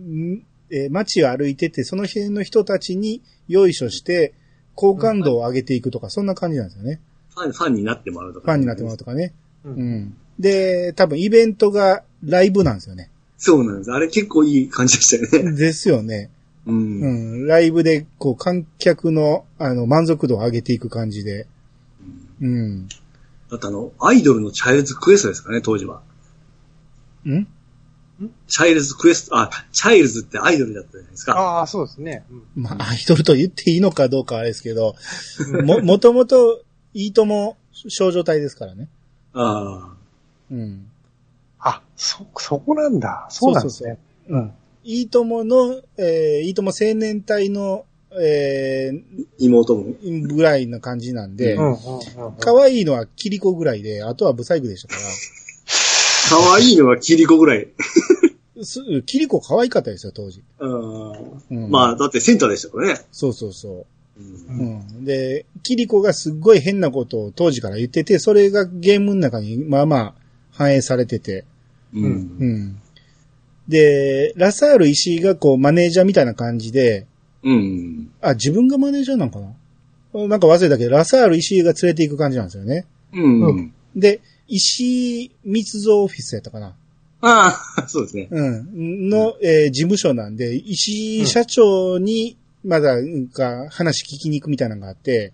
Speaker 1: んえー街を歩いてて、その辺の人たちによいしょして、好感度を上げていくとか、そんな感じなんですよね。
Speaker 3: ファン、ファンになってもらうと
Speaker 1: フ
Speaker 3: か。
Speaker 1: ァンになってもらうとかね。
Speaker 2: う。
Speaker 1: うんん。で、多分イベントがライブなんですよね。
Speaker 3: そうなんです。あれ結構いい感じでしたよね。
Speaker 1: ですよね。
Speaker 3: う。
Speaker 1: うんん。ライブで、こう、観客の、あの、満足度を上げていく感じで。うん。
Speaker 3: だってあの、アイドルのチャイルズクエストですからね、当時は。
Speaker 1: ん
Speaker 3: チャイルズクエスト、あ、チャイルズってアイドルだったじゃないですか。
Speaker 2: ああ、そうですね。うん
Speaker 1: まあ、アイドルと言っていいのかどうかはあれですけど、も、 もともと、いいとも少女隊ですからね。
Speaker 3: ああ。
Speaker 1: うん。
Speaker 2: あ、そ、そこなんだ。そうなんですね。うん。
Speaker 1: いいともの、えー、いいとも青年隊の、え
Speaker 3: 妹も。
Speaker 1: ー、ぐらいな感じなんで、
Speaker 2: うん。うん。うん。
Speaker 1: 可愛いのはキリコぐらいで、あとはブサイクでしたから
Speaker 3: 可愛いのはキリコぐらい。
Speaker 1: す、キリコ可愛かったですよ、当時。
Speaker 3: う
Speaker 1: うん
Speaker 3: ん、まあ、だってセンターでしたからね。、
Speaker 1: そうそうそうう。うんん。で、キリコがすっごい変なことを当時から言ってて、それがゲームの中にまあまあ反映されてて。
Speaker 3: う。
Speaker 1: うんん。で、ラサール石井がこうマネージャーみたいな感じで、
Speaker 3: うん。
Speaker 1: あ、自分がマネージャーなんかななんか忘れたけど、ラサール石井が連れて行く感じなんですよね。
Speaker 3: う。
Speaker 2: うん
Speaker 1: で、石井密造オフィスやったかな
Speaker 3: ああ、 そうですね。
Speaker 1: うん。の、えー事務所なんで、石井社長に、まだ、うんか、話聞きに行くみたいなのがあって、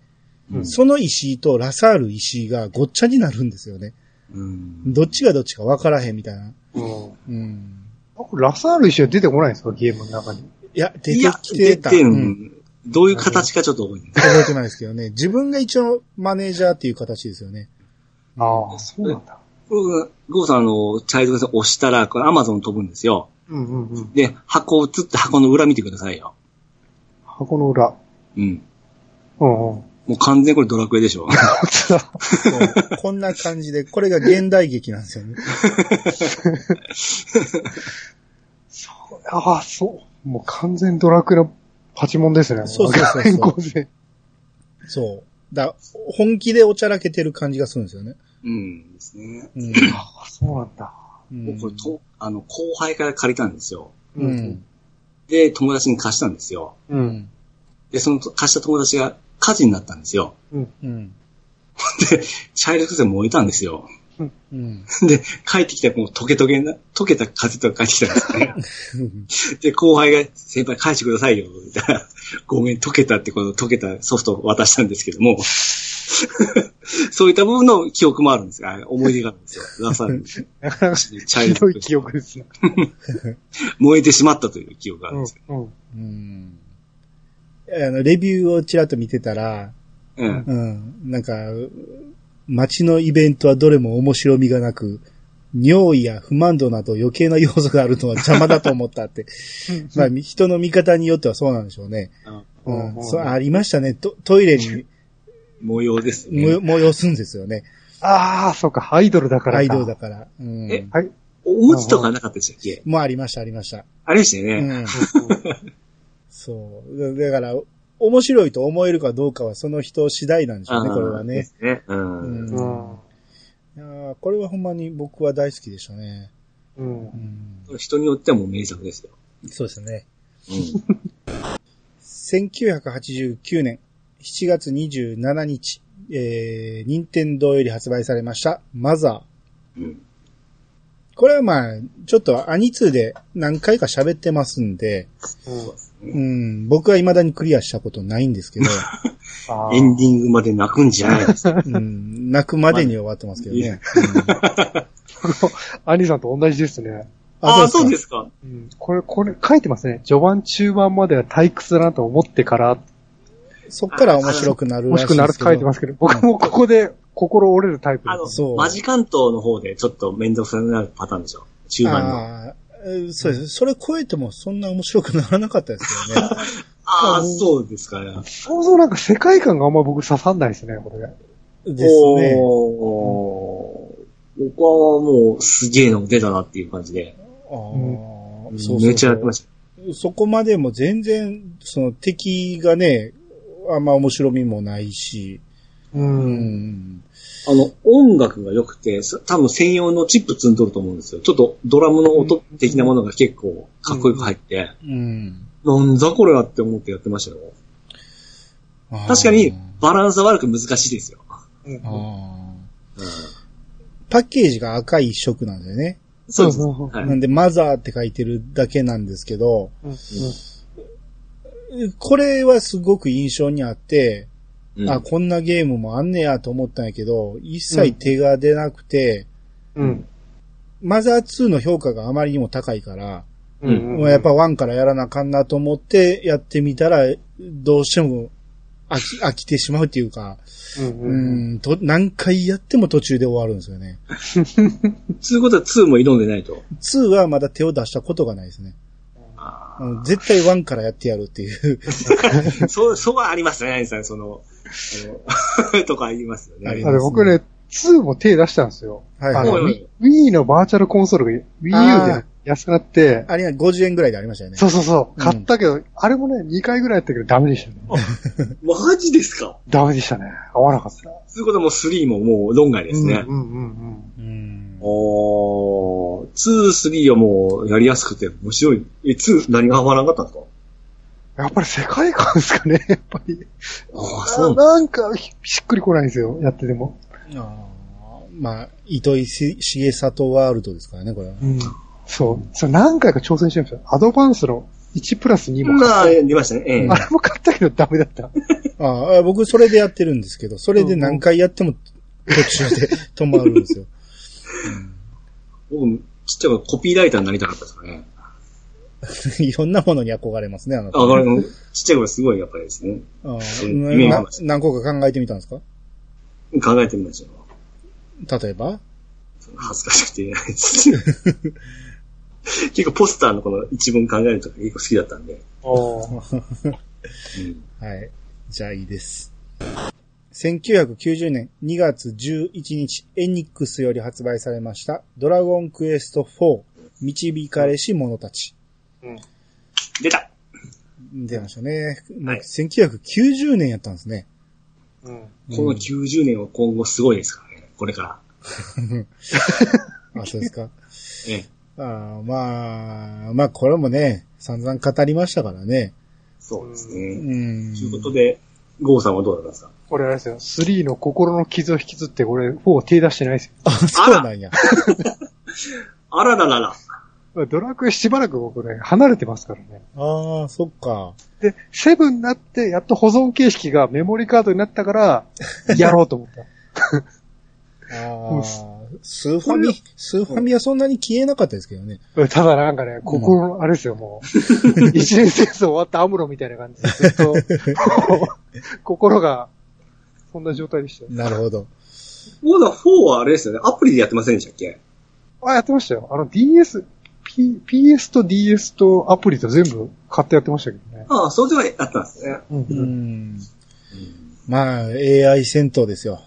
Speaker 2: うん
Speaker 1: その石井とラサール石井がごっちゃになるんですよね。
Speaker 3: うん。
Speaker 1: どっちがどっちか分からへんみたいな。
Speaker 2: うん
Speaker 1: うん。
Speaker 2: 僕ラサール一緒に出てこないんですかゲームの中に。
Speaker 1: いや、出
Speaker 3: い
Speaker 1: て
Speaker 3: や、
Speaker 1: きてた。
Speaker 3: 出て
Speaker 1: うんん。
Speaker 3: どういう形かちょっと覚えてない。
Speaker 1: 覚えてないですけどね。自分が一応マネージャーっていう形ですよね。
Speaker 2: ああ、そうなんだ。
Speaker 3: 僕、ゴーさんあの、チャイルドさん押したら、これアマゾン飛ぶんですよ。
Speaker 2: うんうんうん。
Speaker 3: で、箱を映って箱の裏見てくださいよ。
Speaker 2: 箱の裏。
Speaker 3: うん。
Speaker 2: うんうん。
Speaker 3: もう完全にこれドラクエでしょ。
Speaker 2: 本当だ。
Speaker 1: そうこんな感じで、これが現代劇なんですよね。
Speaker 2: ああ、そう。もう完全ドラクエのパチモンですね。
Speaker 1: そうそうそうそう
Speaker 2: 変更性。
Speaker 1: そう。だ、本気でおちゃらけてる感じがするんですよね。
Speaker 3: うん。ですね。
Speaker 1: うん。
Speaker 2: ああ、そうなんだ。
Speaker 1: うん
Speaker 3: 僕、これと、あの、後輩から借りたんですよ。
Speaker 1: う。
Speaker 2: うん
Speaker 3: で、友達に貸したんですよ。
Speaker 2: う。
Speaker 1: うんん。
Speaker 3: で、その貸した友達が火事になったんですよ。
Speaker 1: うん。
Speaker 3: チャイルドクエスト燃えたんですよ。
Speaker 1: うん。
Speaker 3: で、帰ってきたらもうトゲトゲな、溶けたカセットが帰ってきたんですね。で、後輩が先輩返してくださいよ、みたいな。ごめん、溶けたってこの溶けたソフトを渡したんですけども。 そういった部分の記憶もあるんですが、思い出があるんですよ。ラサールチ
Speaker 2: なかなかひ
Speaker 3: ャイルド
Speaker 2: ど
Speaker 3: ク
Speaker 2: い
Speaker 3: エス
Speaker 2: 記憶ですね。
Speaker 3: ト燃えてしまったという記憶があるんですよ。
Speaker 2: うんうん。
Speaker 1: うんあの、レビューをちらっと見てたら、
Speaker 3: うん。
Speaker 1: うん、なんか、街のイベントはどれも面白みがなく、尿意や不満度など余計な要素があるのは邪魔だと思ったって。まあ、み人の見方によってはそうなんでしょうね。う
Speaker 2: うん
Speaker 1: ん、
Speaker 2: うん
Speaker 1: そうありましたね。トトイレに
Speaker 3: 模様ですね。
Speaker 1: も催すんですよね。
Speaker 2: ああ、そうか、アイドルだからか。
Speaker 1: アイドルだから。うん
Speaker 3: え、
Speaker 2: はい。
Speaker 3: おむつとかなかったでしたっけ
Speaker 1: もうありました、ありました。
Speaker 3: あれでしたよね。
Speaker 1: うん。そう。だだから、面白いと思えるかどうかはその人次第なんでしょうね、
Speaker 3: あー
Speaker 1: これは
Speaker 3: で
Speaker 1: ね。
Speaker 3: すね。う。
Speaker 1: うんん。
Speaker 2: うん。
Speaker 1: いやーこれはほんまに僕は大好きでしたね。
Speaker 2: う。
Speaker 1: うんん。
Speaker 3: 人によってはもう名作ですよ。
Speaker 1: そうですね。
Speaker 3: うん。
Speaker 1: 1989年7月27日、えー、任天堂より発売されました、マザー。
Speaker 3: うん。
Speaker 1: これはまあ、ちょっとアニツーで何回か喋ってますんで、うん、僕は未だにクリアしたことないんですけど、
Speaker 3: エンデ
Speaker 2: ィ
Speaker 3: ィングまで泣くんじゃないです
Speaker 1: うん、泣くまでには終わってますけど
Speaker 3: い
Speaker 1: ね
Speaker 3: や。
Speaker 1: うん。
Speaker 2: アニさんと同じですね。
Speaker 3: ああ、そうですすか。
Speaker 2: うん。これ、これ書いてますね。序盤中盤までは退屈だなと思ってから、
Speaker 1: そっから面白くなる
Speaker 2: も
Speaker 1: らし
Speaker 2: し
Speaker 1: いです
Speaker 2: く
Speaker 1: けど。
Speaker 2: なるって書いてますけど、僕もここで心折れるタイプ
Speaker 3: あの
Speaker 2: です。
Speaker 1: そう、
Speaker 3: マジ関東の方でちょっと面倒くさくなるパターンでしょ。中盤の。
Speaker 1: あーえーそうです。それ超えてもそんな面白くならなかったですけどね。
Speaker 3: ああ、そうですかね。
Speaker 2: 想像なんか世界観があんま僕刺さんないですね、これ。
Speaker 1: ですね。
Speaker 3: おー僕はもうすげえの出たなっていう感じで。
Speaker 1: あーそうそうそう
Speaker 3: めっちゃやってました。
Speaker 1: そこまでも全然、その敵がね、あんま面白みもないし、
Speaker 2: う。
Speaker 1: うんん。
Speaker 3: あの、音楽が良くて、そ多分専用のチップ積んどると思うんですよ。ちょっとドラムの音的なものが結構かっこよく入って、
Speaker 1: うん。
Speaker 3: なんだこれはって思ってやってましたよ。
Speaker 1: あー
Speaker 3: 確かにバランスは悪く難しいですよ。
Speaker 1: あー
Speaker 3: うん
Speaker 1: パッケージが赤い一色なんだよね。
Speaker 3: そうです。
Speaker 2: そうそう
Speaker 3: はい
Speaker 1: なんで、マザーって書いてるだけなんですけど、
Speaker 2: うん
Speaker 1: これはすごく印象にあって、
Speaker 3: うん
Speaker 1: あ、こんなゲームもあんねやと思ったんやけど、一切手が出なくて、
Speaker 2: うん。
Speaker 1: マザー2の評価があまりにも高いから、
Speaker 2: うん。
Speaker 1: もうやっぱ、1からやらなあかんなと思ってやってみたら、どうしても飽き飽きてしまうっていうか、
Speaker 2: うん
Speaker 1: う
Speaker 2: うん。
Speaker 1: んと、何回やっても途中で終わるんですよね。
Speaker 3: そういうことは2も挑んでないと。
Speaker 1: 2はまだ手を出したことがないですね。
Speaker 3: あ
Speaker 1: あの絶対1からやってやるっていう、
Speaker 3: ー そう、そうはありますね、アインさん。その、あの とかありますよ
Speaker 1: あり
Speaker 3: ね。
Speaker 1: ま
Speaker 2: あれ僕ね、2も手出したんですよ。
Speaker 1: はい
Speaker 2: あ
Speaker 1: はい
Speaker 2: の
Speaker 3: はい
Speaker 2: Wii- Wii のバーチャルコンソールが Wii U
Speaker 1: あー
Speaker 2: で安くなって、
Speaker 1: あれが50円ぐらいでありましたよね。
Speaker 2: そうそうそう、
Speaker 1: うん
Speaker 2: 買ったけど、あれもね、2回ぐらいやったけどダメでしたね。
Speaker 3: マジですか
Speaker 2: ダメでしたね。合わなかった。
Speaker 3: そういうことはもう3ももう論外ですね。
Speaker 2: うんうん
Speaker 1: うん。
Speaker 3: おー、2、3はもうやりやすくて面白い。え、2何がハマらなかったんですか
Speaker 2: うん。やっぱり世界観ですかね、やっ ぱり。
Speaker 3: ああ、そう
Speaker 2: な
Speaker 3: なんだ。
Speaker 2: なんか、しっくりこないんですよ、やってても。
Speaker 1: あーまあ、糸井し重里ワールドですからね、これは。
Speaker 2: うん。そう。それ何回か挑戦してるんですよ。アドバンスの1プラス2も買っ
Speaker 3: まあ、出ましたね。ええ
Speaker 2: た。あれも買ったけどダメだった。
Speaker 1: ああ、僕それでやってるんですけど、それで何回やっても途 中で止まるんですよ。
Speaker 3: 僕、ちっちゃい頃コピーライターになりたかったですからね。
Speaker 1: いろんなものに憧れますね、あの。
Speaker 3: あ、これ、ちっちゃい頃すごいやっぱりですね。
Speaker 1: あー
Speaker 3: うんイメージ
Speaker 1: な何個か考えてみたんですか
Speaker 3: 考えてみましょう。
Speaker 1: 例えば
Speaker 3: 恥ずかしくて言えないです。結構ポスターのこの一文考えるとか結構好きだったんで。
Speaker 2: お
Speaker 3: うん
Speaker 1: はい。じゃあいいです。1990年2月11日、エニックスより発売されました、ドラゴンクエスト4、導かれし者たち。
Speaker 3: 出た
Speaker 1: 出ましたね。
Speaker 3: はい
Speaker 1: 1990年やったんですね。
Speaker 2: うん。
Speaker 3: この90年は今後すごいですからね。これから。
Speaker 1: あ、そうですか。
Speaker 3: ええ、
Speaker 1: あーまあ、まあこれもね、散々語りましたからね。
Speaker 3: そうです
Speaker 1: う
Speaker 3: ね。
Speaker 1: ん。
Speaker 3: ということで、ゴーさんはどうだったんですか
Speaker 2: これあれですよ。3の心の傷を引きずって、これ4手出してないです
Speaker 1: あ、そうなんや。
Speaker 3: あらららら。
Speaker 2: よ。ドラクエしばらく僕ね、離れてますからね。
Speaker 1: ああ、そっか。
Speaker 2: で、セブンになって、やっと保存形式がメモリカードになったから、やろうと思った。
Speaker 1: ああ、スーファミ、スーファミはそんなに消えなかったですけどね。
Speaker 2: ただなんかね、心の、あれですよ、も う。一年戦争終わったアムロみたいな感じで、ずっ と、こう心が、そんな状態でしたよ。
Speaker 1: なるほど。
Speaker 3: ゴーさん4はあれですよね。アプリでやってませんでしたっけ
Speaker 2: あ、やってましたよ。あの DS、P、PS と DS とアプリと全部買ってやってましたけどね。
Speaker 3: ああ、それではやったんですね。
Speaker 2: うん
Speaker 1: う
Speaker 2: うん。
Speaker 1: ん。まあ、AI 戦闘ですよ。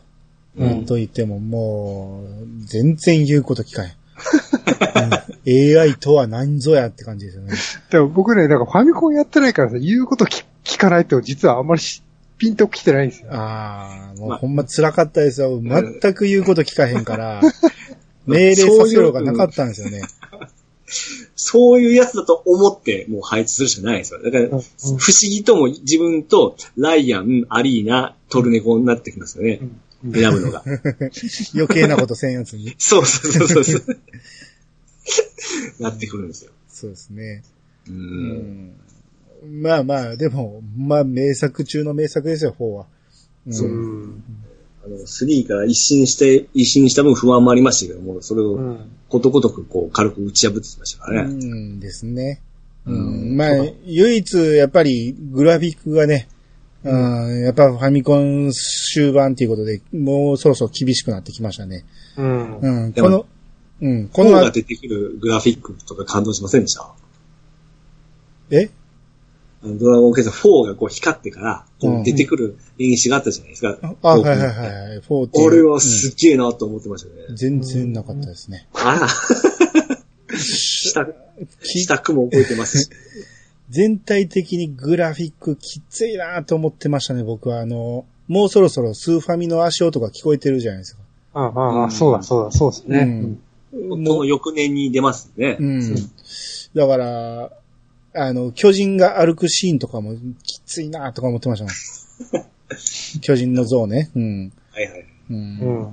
Speaker 3: う ん
Speaker 1: うん。と言っても、もう、全然言うこと聞かへん。 AI とは何ぞやって感じですよね。
Speaker 2: でも僕ね、なんかファミコンやってないからさ、言うこと聞聞かないって実はあんまりしピンと来てないんですよ。
Speaker 1: ああ、もう
Speaker 3: まあ
Speaker 1: ほんま辛かったですよ。全く言うこと聞かへん から、命令させろがなかったんですよね。
Speaker 3: そういうやつだと思って、もう配置するしかないですよ。だから、
Speaker 2: うん
Speaker 3: 不思議とも自分と、ライアン、アリーナ、トルネコになってきますよね。選ぶの が。
Speaker 1: 余計なことせんやつに。
Speaker 3: そうそうそうそう。 なってくるんですよ。
Speaker 1: そうですね。
Speaker 3: う。
Speaker 1: うんん。まあまあ、でも、まあ名作中の名作ですよ、4は。うん
Speaker 3: そうあの、3から一新して、一新した分不安もありましたけども、それ
Speaker 2: う
Speaker 3: を
Speaker 2: ん。
Speaker 3: ことごとくこう軽く打ち破ってきましたから
Speaker 1: う
Speaker 3: ね。
Speaker 1: んですね。う
Speaker 3: うん
Speaker 1: ん、まあ、唯一、やっぱり、グラフィックがね、うん、やっぱファミコン終盤っていうことで、もうそろそろ厳しくなってきましたね。
Speaker 2: うん。
Speaker 1: うん、
Speaker 3: で
Speaker 1: こ
Speaker 3: も
Speaker 1: の、うん、こ
Speaker 3: この
Speaker 1: の
Speaker 3: が、出てくるグラフィックとか感動しませんでした
Speaker 1: え
Speaker 3: あのドラゴンクエスト4がこう光ってから、
Speaker 1: う
Speaker 3: こ
Speaker 1: ん
Speaker 3: う出てくる演出があったじゃないですか。
Speaker 1: あ、はいはいはいはい、4っていう。
Speaker 3: 俺はすっげえなと思ってましたね。
Speaker 1: うん全然なかったですね。
Speaker 3: ああ。した、
Speaker 1: き
Speaker 3: したくも覚えてますし。
Speaker 1: 全体的にグラフィックきついなと思ってましたね、僕は。あの、もうそろそろスーファミの足音が聞こえてるじゃないですか。
Speaker 2: ああ、ああ、そうだ、そうだ、そうですね。
Speaker 1: うん
Speaker 3: この翌年に出ますね。
Speaker 1: うん。だから、あの、巨人が歩くシーンとかもきついなとか思ってましたね。巨人の像ね。うん。
Speaker 3: はいはい。
Speaker 1: うん
Speaker 2: う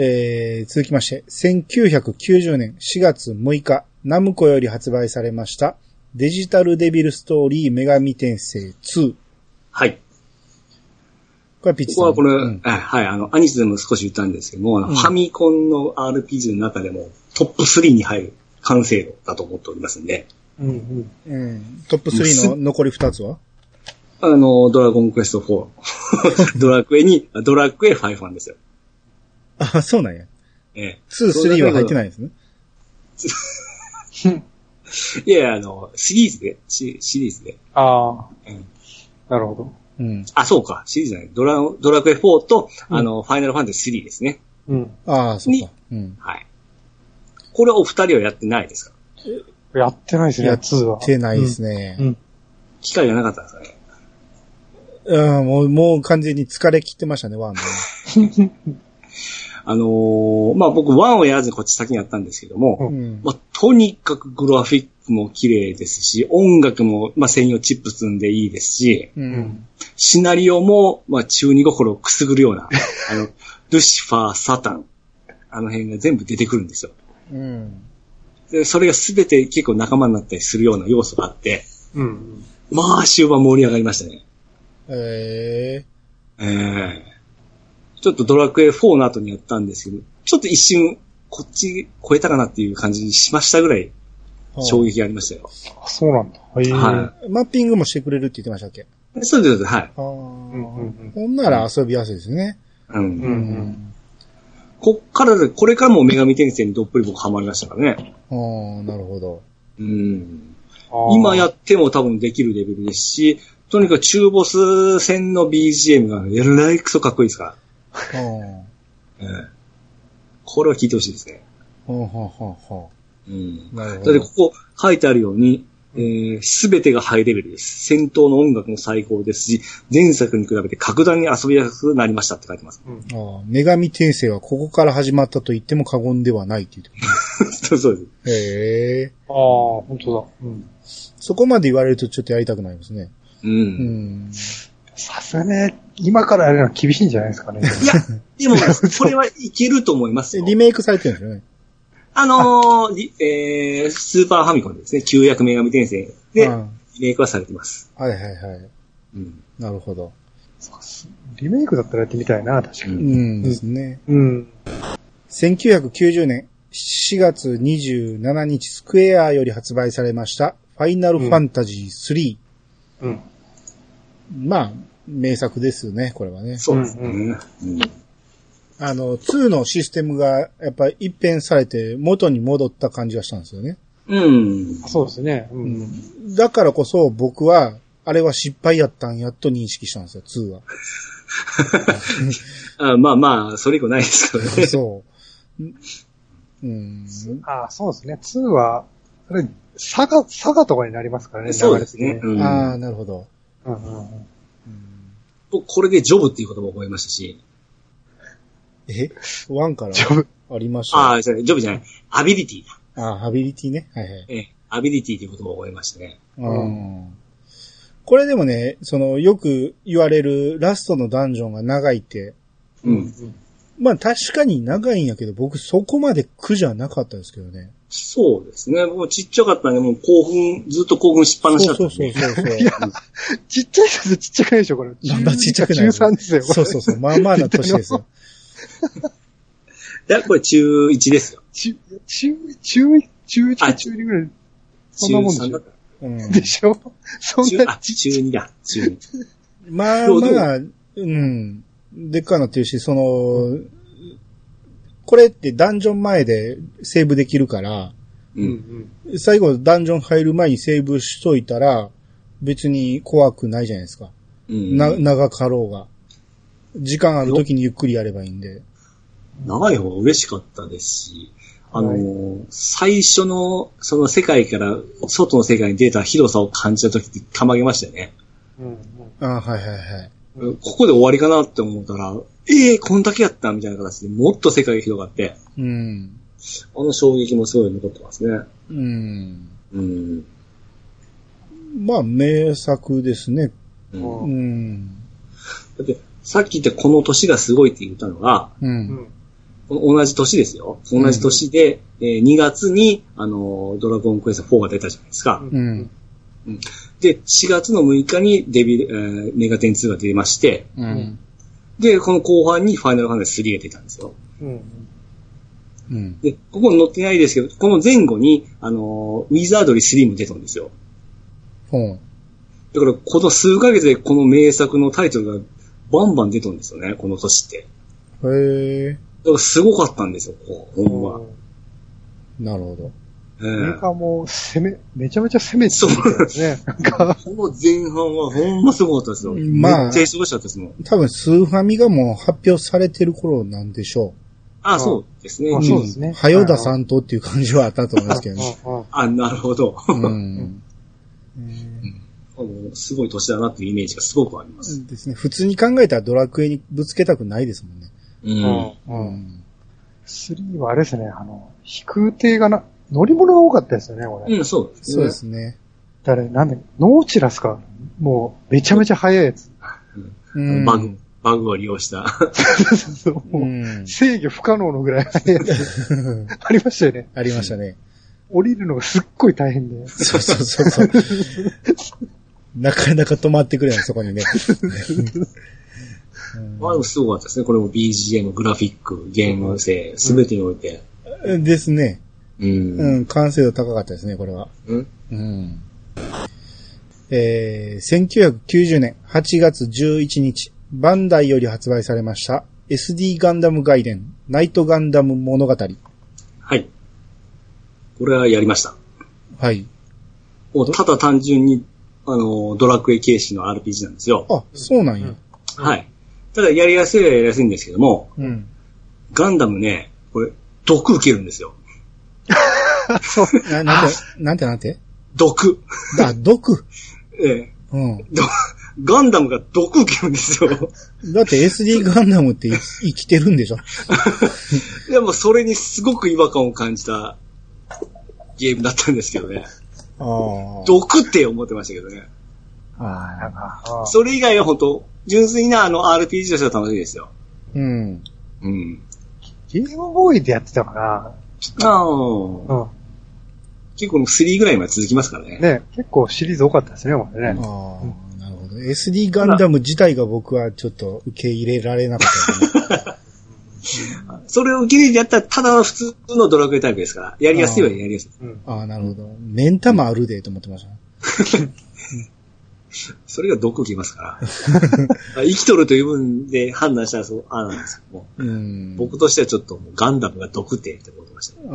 Speaker 1: えー続きまして、1990年4月6日、ナムコより発売されました、デジタルデビルストーリー女神転生2。
Speaker 3: はい。
Speaker 1: これピッチ
Speaker 3: こ
Speaker 1: さ
Speaker 3: こ
Speaker 1: ん
Speaker 3: はこれ、
Speaker 1: うん
Speaker 3: あはい、あの、アニスでも少し言ったんですけども、あの
Speaker 1: うん
Speaker 3: ファミコンの RPG の中でもトップ3に入る完成度だと思っておりますんで、
Speaker 2: うん。うん。
Speaker 1: うんトップ3の残り2つは
Speaker 3: あの、ドラゴンクエスト4、ドラ クエに、ドラクエ5なんですよ。
Speaker 1: あ、そうなんや。
Speaker 3: ええ、
Speaker 1: 2、3は入ってない
Speaker 3: い。
Speaker 1: んですね。
Speaker 3: いやいや、あの、シリーズで、シシリーズで。
Speaker 2: あ
Speaker 3: うん
Speaker 2: あ、なるほど。
Speaker 1: うん。
Speaker 3: あ、そうか、シリーズじゃない。ドラドラクエ4と、
Speaker 2: うん
Speaker 3: あの、ファイナルファンタジー3ですね。
Speaker 2: うん。
Speaker 1: ああ、そうか
Speaker 3: に。
Speaker 1: うん。
Speaker 3: はい。これはお二人はやってないですか
Speaker 2: やってないですね、
Speaker 1: やっ
Speaker 2: 2は。
Speaker 1: てないですね。
Speaker 2: うん。
Speaker 3: 機会がなかったんですかね。
Speaker 1: うん、もう、もう完全に疲れ切ってましたね、ワンも。
Speaker 3: あのーまあ、僕、1をやらずにこっち先にやったんですけども、
Speaker 1: うん。
Speaker 3: まあ、とにかくグラフィックも綺麗ですし、音楽も、まあ、専用チップ積んでいいですし、
Speaker 1: う。。
Speaker 2: うん
Speaker 3: シナリオも、まあ、中二心をくすぐるような、あの、ルシファー、サタン、あの辺が全部出てくるんですよ。
Speaker 1: うん。
Speaker 3: でそれが全て結構仲間になったりするような要素があって、
Speaker 2: うん。
Speaker 3: まあ、終盤盛り上がりましたね。
Speaker 1: ええ
Speaker 3: ええちょっとドラクエ4の後にやったんですけど、ちょっと一瞬、こっち超えたかなっていう感じにしましたぐらい、衝撃がありましたよ。
Speaker 2: あ、そうなんだ。はい。
Speaker 3: は
Speaker 1: マッピングもしてくれるって言ってましたっけ
Speaker 3: い。そうです、はい。
Speaker 1: ああ。
Speaker 2: うんうんうん
Speaker 1: ほんなら遊びやすいですね。
Speaker 3: うん
Speaker 2: うん
Speaker 3: こっからで、これからも女神転生にどっぷり僕ハマりましたからね。
Speaker 1: ああ、なるほど。
Speaker 3: うん。
Speaker 2: あー
Speaker 3: 今やっても多分できるレベルですし、とにかく中ボス戦の BGM がえらいクソかっこいいですか
Speaker 1: ああ。
Speaker 3: ら。うん。これは聞いてほしいですね。
Speaker 1: ほうほうほうほ
Speaker 3: うん
Speaker 1: う。。なる
Speaker 3: だ
Speaker 1: ほ
Speaker 3: って
Speaker 1: ど
Speaker 3: こ。こ書いてあるように、すべてがハイレベルです。戦闘の音楽も最高ですし、前作に比べて格段に遊びやすくなりましたって書いてます。
Speaker 2: う
Speaker 1: あ
Speaker 2: ん
Speaker 1: あ、女神転生はここから始まったと言っても過言ではないって言ってま
Speaker 3: そうそうです。
Speaker 1: す。へえ。
Speaker 2: ああ、本当だ。うん。
Speaker 1: そこまで言われるとちょっとやりたくなりますね。
Speaker 3: う。
Speaker 1: うんん。
Speaker 2: さすがね、今からやるのは厳しいんじゃないですかね。
Speaker 3: いや、でも、これはいけると思います よ
Speaker 1: リメイクされてるんですよね。
Speaker 3: あのーリえースーパーファミコンですね。旧約女神転生で
Speaker 1: うん、
Speaker 3: リメイクはされてます。
Speaker 1: はいはいはい。
Speaker 3: うん。
Speaker 1: なるほど。
Speaker 2: リメイクだったらやってみたいな、確か
Speaker 3: う
Speaker 2: に。
Speaker 1: うんんですね。
Speaker 2: うん。
Speaker 1: 1990年4月27日、スクエアより発売されました、ファイナルファンタジー3。
Speaker 2: うん。
Speaker 1: まあ、名作ですね、これはね。
Speaker 3: そうですね。
Speaker 2: う
Speaker 3: うん
Speaker 1: あの、2のシステムが、やっぱ一変されて、元に戻った感じがしたんですよね。
Speaker 3: うん。
Speaker 2: そうですね。うん。
Speaker 1: だからこそ、僕は、あれは失敗やったんやっと認識したんですよ、2は。
Speaker 3: あまあまあ、それ以降ないですからね。
Speaker 1: そう。うん。
Speaker 2: ああ、そうですね。2は、それ、佐賀、佐賀とかになります からね、
Speaker 3: そうですね。
Speaker 2: 流
Speaker 3: うん、
Speaker 1: ああ、なるほど。
Speaker 2: れ的にうんうんうん
Speaker 1: うん
Speaker 3: 僕、これでジョブっていう言葉を覚えましたし、
Speaker 1: えワンから
Speaker 2: ジョブ、
Speaker 1: ありました。あ
Speaker 3: ああ、じゃあジョブじゃない、アビリティだ。
Speaker 1: あ、ハビリティね。はいはい。
Speaker 3: ええ、アビリティという言葉を覚えましたね。
Speaker 1: うん。これでもね、その、よく言われるラストのダンジョンが長いって、
Speaker 3: うん。
Speaker 1: まあ確かに長いんやけど、僕そこまで苦じゃなかったですけどね。
Speaker 3: そうですね。もうちっちゃかったんで、もう興奮、ずっと興奮しっぱなし
Speaker 1: そ
Speaker 3: だ
Speaker 1: う
Speaker 3: った
Speaker 1: そ
Speaker 3: ん
Speaker 1: う
Speaker 3: で。
Speaker 1: そうそうそう。
Speaker 2: ちっちゃいですちっちゃくないでしょ、これ。
Speaker 1: まんまちっちゃくない。
Speaker 2: 13ですよ、これ。
Speaker 1: そうそうそう。まあまあな年ですよ。
Speaker 3: いや、これ中1ですよ。
Speaker 2: 中、中、中、中1か中2ぐらい、そん
Speaker 3: 中
Speaker 2: なもんでし
Speaker 3: 3だ
Speaker 2: ょ
Speaker 3: か。
Speaker 1: うん、
Speaker 2: でしょ そ
Speaker 3: ら。
Speaker 2: ん
Speaker 3: 中
Speaker 2: な
Speaker 3: あ、中2だ。中2。
Speaker 1: まあ
Speaker 3: そうでも
Speaker 1: まあ、うん。でっかなっていうし、その、これってダンジョン前でセーブできるから、
Speaker 3: う。
Speaker 2: うんん
Speaker 1: 最後ダンジョン入る前にセーブしといたら、別に怖くないじゃないですか。
Speaker 3: う ん、
Speaker 1: な、長かろうが。時間ある時にゆっくりやればいいんで。
Speaker 3: 長い方が嬉しかったですし、あのー最初の、その世界から、外の世界に出た広さを感じた時ってたまげましたよね。
Speaker 2: うん。うん
Speaker 1: ああはいはいはい。
Speaker 2: う
Speaker 3: ここで終わりかなって思ったら、ええー、こんだけやったみたいな形でもっと世界が広がって、
Speaker 1: うん。
Speaker 3: あの衝撃もすごい残ってますね。
Speaker 1: うん。
Speaker 3: うん。
Speaker 1: まあ、名作ですね。
Speaker 3: う
Speaker 2: うん
Speaker 3: ん、
Speaker 1: うん。
Speaker 3: だって、さっき言ったこの年がすごいって言ったのが、
Speaker 1: う。
Speaker 2: うんん。
Speaker 3: 同じ年ですよ。同じ年で、えー2月に、あのードラゴンクエスト4が出たじゃないですか。
Speaker 1: うん。
Speaker 3: で、4月の6日にデビル、えーメガテン2が出まして、
Speaker 1: うん。
Speaker 3: で、この後半にファイナルファンタジー3が出たんですよ。
Speaker 2: うん。
Speaker 1: うん。
Speaker 3: で、ここに載ってないですけど、この前後に、あのーウィザードリー3も出たんですよ。
Speaker 1: ほう。
Speaker 3: だから、この数ヶ月でこの名作のタイトルがバンバン出たんですよね、この年って。
Speaker 1: へえ、
Speaker 3: だから、すごかったんですよ、こう、
Speaker 2: う
Speaker 3: ほんま。
Speaker 1: な
Speaker 2: ん
Speaker 1: るほど。
Speaker 3: え
Speaker 2: メ
Speaker 3: え
Speaker 2: ーカーも攻め、めちゃめちゃ攻めてるんですね。なんか、
Speaker 3: この前半はほんますごかったですよ。
Speaker 1: まあ
Speaker 3: めっちゃ忙しかったですもん。
Speaker 1: 多分、スーファミがもう発表されてる頃なんでしょ
Speaker 3: ああ、そうですね。
Speaker 2: あ
Speaker 1: う。
Speaker 2: そうですね
Speaker 1: んはよださんとっていう感じはあったと思いますけどね。
Speaker 2: うんうん
Speaker 3: あ、なるほど。
Speaker 1: うん。
Speaker 3: あのすごい年だなっていうイメージがすごくあります。
Speaker 1: ですね。普通に考えたらドラクエにぶつけたくないですもんね。
Speaker 3: うん。
Speaker 2: うんうん。
Speaker 1: ん。
Speaker 2: 3はあれですね、あの、飛空艇がな、乗り物が多かったですよね、こ
Speaker 3: う
Speaker 2: れ。
Speaker 3: ん、そうです
Speaker 1: そう
Speaker 3: ね。
Speaker 1: ですね。
Speaker 2: 誰、なんで、ノーチラスか。もう、めちゃめちゃ速いやつ。
Speaker 1: うん。
Speaker 3: バグ、バグを利用した。
Speaker 1: う。
Speaker 2: もうん制御不可能のぐらい速いやつ。 ありましたよね。
Speaker 1: ありましたね。
Speaker 2: 降りるのがすっごい大変で。
Speaker 1: そうそうそう そう。なかなか止まってくれない、そこにね。
Speaker 3: まあでもすごかったですね。これも BGM、グラフィック、ゲーム性、すべてにおいて。
Speaker 1: うんですね。
Speaker 3: うん。
Speaker 1: うん、完成度高かったですね、これは。
Speaker 3: うん
Speaker 1: うん。えー、1990年8月11日、バンダイより発売されました、SD ガンダム外伝、ナイトガンダム物語。
Speaker 3: はい。これはやりました。
Speaker 1: はい。
Speaker 3: もうただ単純に、あの、ドラクエ形式の RPG なんですよ。
Speaker 1: あ、そうなんや。
Speaker 3: はい。ただやりやすいはやりやすいんですけども、
Speaker 1: うん。
Speaker 3: ガンダムね、これ、毒受けるんですよ。
Speaker 1: な、 なんて、なんてなんて
Speaker 3: 毒。
Speaker 1: あ、毒。
Speaker 3: ええ
Speaker 1: うん。
Speaker 3: どガンダムが毒受けるんです よ。
Speaker 1: だって SD ガンダムって生き生きてるんでしょ
Speaker 3: いや、もうそれにすごく違和感を感じたゲームだったんですけどね。
Speaker 1: あ
Speaker 3: 毒って思ってましたけどね。
Speaker 2: ああ、なんか、ああ
Speaker 3: それ以外は本当純粋なあの RPG としては楽しいですよ。
Speaker 1: うん。
Speaker 3: うん。
Speaker 2: ゲームボーイでやってたか
Speaker 3: ああ、
Speaker 2: な。うん。
Speaker 3: 結構3ぐらいまで続きますからね。
Speaker 2: ね、結構シリーズ多かったですね、これ
Speaker 1: ああ
Speaker 2: ね。、
Speaker 1: なるほど。SD ガンダム自体が僕はちょっと受け入れられなかった、ね。
Speaker 3: それを受け入れてやったら、ただの普通のドラクエタイプですから、やりやすいはやりやすい。
Speaker 2: うん。
Speaker 1: ああ、なるほど。目ん玉あるでと思ってました。
Speaker 3: それが毒受けますから。生きとるという分で判断したらそう、ああなんですけども。
Speaker 1: うん。
Speaker 3: 僕としてはちょっともうガンダムが毒ってって思ってましたね。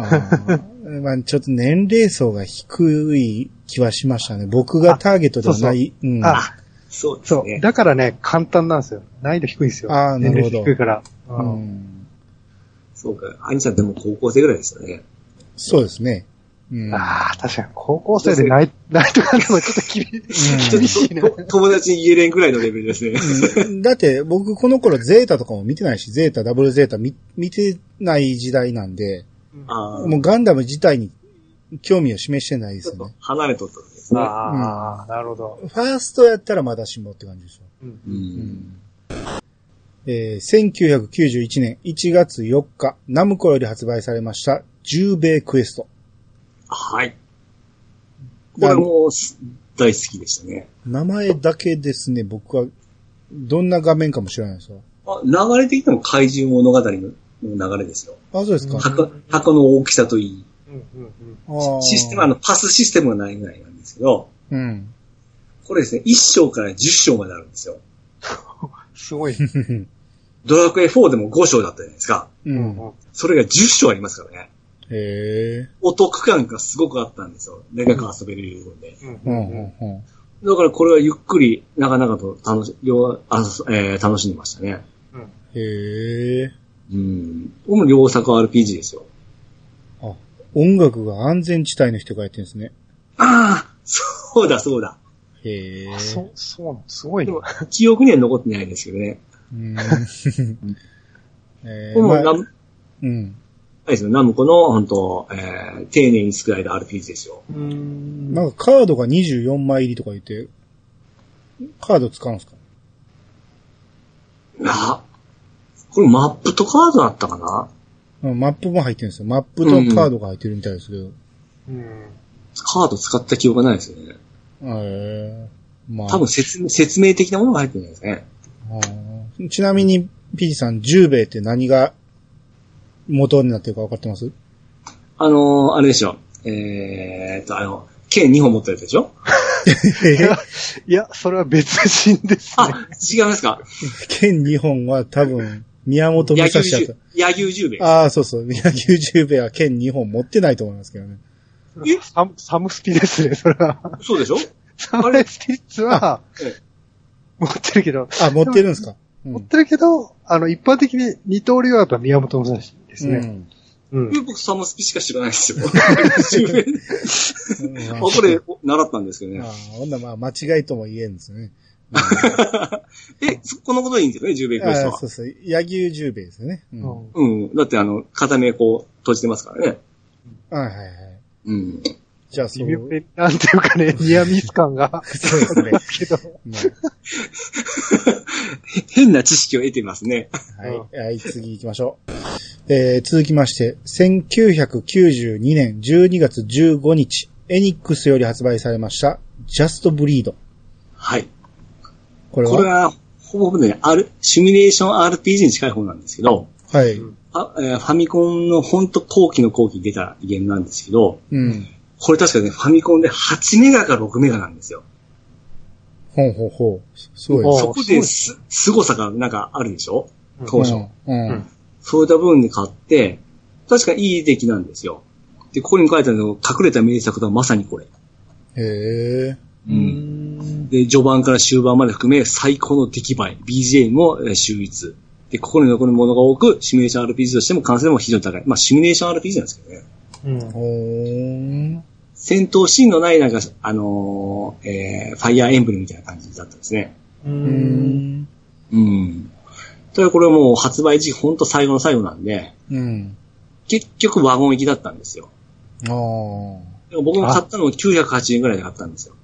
Speaker 1: あー まあ、ちょっと年齢層が低い気はしましたね。僕がターゲットではない。うん。
Speaker 2: あ、
Speaker 3: そうです
Speaker 2: そう。
Speaker 3: ね。
Speaker 2: だからね、簡単なんですよ。難易度低いんですよ。
Speaker 1: ああなるほど
Speaker 2: 年齢低いから。う。
Speaker 1: うんん。
Speaker 3: そうか。兄さんってもう高校生ぐらいですよね。
Speaker 1: そうですね。うん。
Speaker 2: ああ、確かに高校生でない、 ないとかなのはちょっときび厳しいな。
Speaker 3: と友達に言えれんぐらいのレベルですね。
Speaker 1: うんだって僕この頃ゼータとかも見てないし、ゼータ、ダブルゼータ見見てない時代なんで、
Speaker 3: ああ、
Speaker 1: もうガンダム自体に興味を示してないで
Speaker 3: ちょ
Speaker 1: す
Speaker 3: っ
Speaker 1: よ
Speaker 3: と
Speaker 1: ね。
Speaker 3: 離れとったんですね。
Speaker 2: ああ、なるほど。
Speaker 1: ファーストやったらまだしもって感じでしょ。
Speaker 2: うん
Speaker 3: う。
Speaker 1: うんんえー1991年1月4日、ナムコより発売されました、十米クエスト。
Speaker 3: はい。これもす大好きでしたね。
Speaker 1: 名前だけですね、僕は、どんな画面かも知らないですよ。
Speaker 3: あ流れてきても怪獣物語の流れですよ。
Speaker 1: あ、そうですか。
Speaker 2: うん
Speaker 3: 箱箱の大きさといい。
Speaker 2: うんうんうん。
Speaker 1: あー
Speaker 3: システム、あの、パスシステムがないぐらいなんですけど、
Speaker 1: うん。
Speaker 3: これですね、1章から10章まであるんですよ。
Speaker 2: すごい。
Speaker 3: ドラクエ4でも5章だったじゃないですか。
Speaker 1: う
Speaker 2: うん
Speaker 1: ん。
Speaker 2: うん
Speaker 3: それが10章ありますからね。
Speaker 1: へえ。
Speaker 3: お得感がすごくあったんですよ。長く遊べるようで。
Speaker 2: うん
Speaker 1: う、
Speaker 2: うんん
Speaker 1: うん、うん。
Speaker 3: だからこれはゆっくり、なかなかと楽し、両あそえー楽しんでましたね。
Speaker 2: うん
Speaker 1: へえ。
Speaker 3: うん。これも両作 RPG ですよ。
Speaker 1: あ、音楽が安全地帯の人がやってるんですね。
Speaker 3: ああそうだそうだ。
Speaker 1: へえ。
Speaker 2: あそう、そうなの、すごい
Speaker 3: で
Speaker 2: ね
Speaker 3: も。記憶には残ってないですけどね。
Speaker 1: う ーん。 えー、
Speaker 3: これも
Speaker 1: ま
Speaker 3: ナ
Speaker 1: あ、
Speaker 3: ム、
Speaker 1: うん。
Speaker 3: あれですよ、ナムコの、本当えー、丁寧に作られた RPG ですよ。
Speaker 2: うーん
Speaker 1: なんかカードが24枚入りとか言って、カード使うんですか
Speaker 3: あ、これマップとカードだったかな
Speaker 1: うんマップも入ってるんですよ。マップとカードが入ってるみたいですけど。
Speaker 2: うん。
Speaker 3: カード使った記憶がないですよね。
Speaker 1: えー、まあ
Speaker 3: 多分説明説明的なものが入ってるんですね。
Speaker 1: あーちなみに、ピーさん、十兵衛って何が元になってるか分かってます
Speaker 3: あのー、あれでしょ。えーっと、あの、剣2本持ってるやつでしょ
Speaker 2: いや、 いや、それは別人ですね。
Speaker 3: あ、違いますか
Speaker 1: 剣2本は多分、宮本武
Speaker 3: 野
Speaker 1: 蔵
Speaker 3: 球
Speaker 1: だ
Speaker 3: 十
Speaker 1: と。、
Speaker 3: 野球十兵衛。
Speaker 1: ああ、そうそう。宮牛十兵衛は剣2本持ってないと思いますけどね。
Speaker 3: え
Speaker 2: サム、サムスピですね、それは。
Speaker 3: そうでしょ
Speaker 2: サムスピッツは
Speaker 3: ええ、
Speaker 2: 持ってるけど、
Speaker 1: あ、持ってるんですか。うん
Speaker 2: 持ってるけど、あの、一般的に二刀流はやっぱ宮本武蔵です
Speaker 1: う
Speaker 2: ね。
Speaker 1: ん
Speaker 2: うん。
Speaker 3: 僕、サムスピしか知らないです よ。十兵衛 あ、これ、習ったんですけど
Speaker 1: ああ、
Speaker 3: ね。
Speaker 1: ほんならまあ、間違いとも言えんですね。
Speaker 3: え、そこのことでいいんですよね、十兵衛クエスト
Speaker 1: あ
Speaker 3: は
Speaker 1: あそうそう。野球十兵衛ですよね。うん。は
Speaker 3: うん。だって、あの、片目こう、閉じてますからね。
Speaker 1: いはいはい。
Speaker 3: うん。
Speaker 1: じゃあ、 そう。、
Speaker 2: 微妙になんていうかね、ニアミス感が
Speaker 1: そうですね。
Speaker 2: けど、
Speaker 3: へ変な知識を得てますね。
Speaker 1: はい。はい、次行きましょう。えー、続きまして、1992年12月15日、エニックスより発売されました、ジャストブリード。
Speaker 3: はい。
Speaker 1: これは
Speaker 3: これは、ほぼほぼね、ある、シミュレーション RPG に近い方なんですけど、
Speaker 1: はい。
Speaker 2: うん
Speaker 3: あえーファミコンのほんと後期の後期に出たゲームなんですけど、
Speaker 1: うん。
Speaker 3: これ確かね、ファミコンで8メガか6メガなんですよ。
Speaker 1: ほうほうほう。すごい
Speaker 2: お
Speaker 1: です。
Speaker 3: そこ
Speaker 2: そう
Speaker 3: で、
Speaker 2: です
Speaker 3: 凄さがなんかあるでしょ
Speaker 2: うん
Speaker 3: 当初。
Speaker 1: うん。う
Speaker 2: うんん。
Speaker 3: そういった分で買って、確かいい出来なんですよ。で、ここに書いてあるの、隠れた名作とはまさにこれ。
Speaker 1: へえ。
Speaker 3: うん。で、序盤から終盤まで含め最高の出来栄え、BGA もえー秀逸。で、ここに残るものが多く、シミュレーション RPG としても完成度も非常に高い。まあ、シミュレーション RPG なんですけどね。
Speaker 2: うん。
Speaker 1: ほーん。
Speaker 3: 戦闘シーンのない、なんか、あのーえー、ファイアーエンブレムみたいな感じだったんですね。
Speaker 2: う
Speaker 1: うー
Speaker 2: ん。
Speaker 1: ん。
Speaker 3: うん。ただこれはもう発売時期ほんと最後の最後なんで、
Speaker 1: うん。
Speaker 3: 結局ワゴン行きだったんですよ。
Speaker 1: ああ。
Speaker 3: でも僕も買ったの980円ぐらいで買ったんですよ。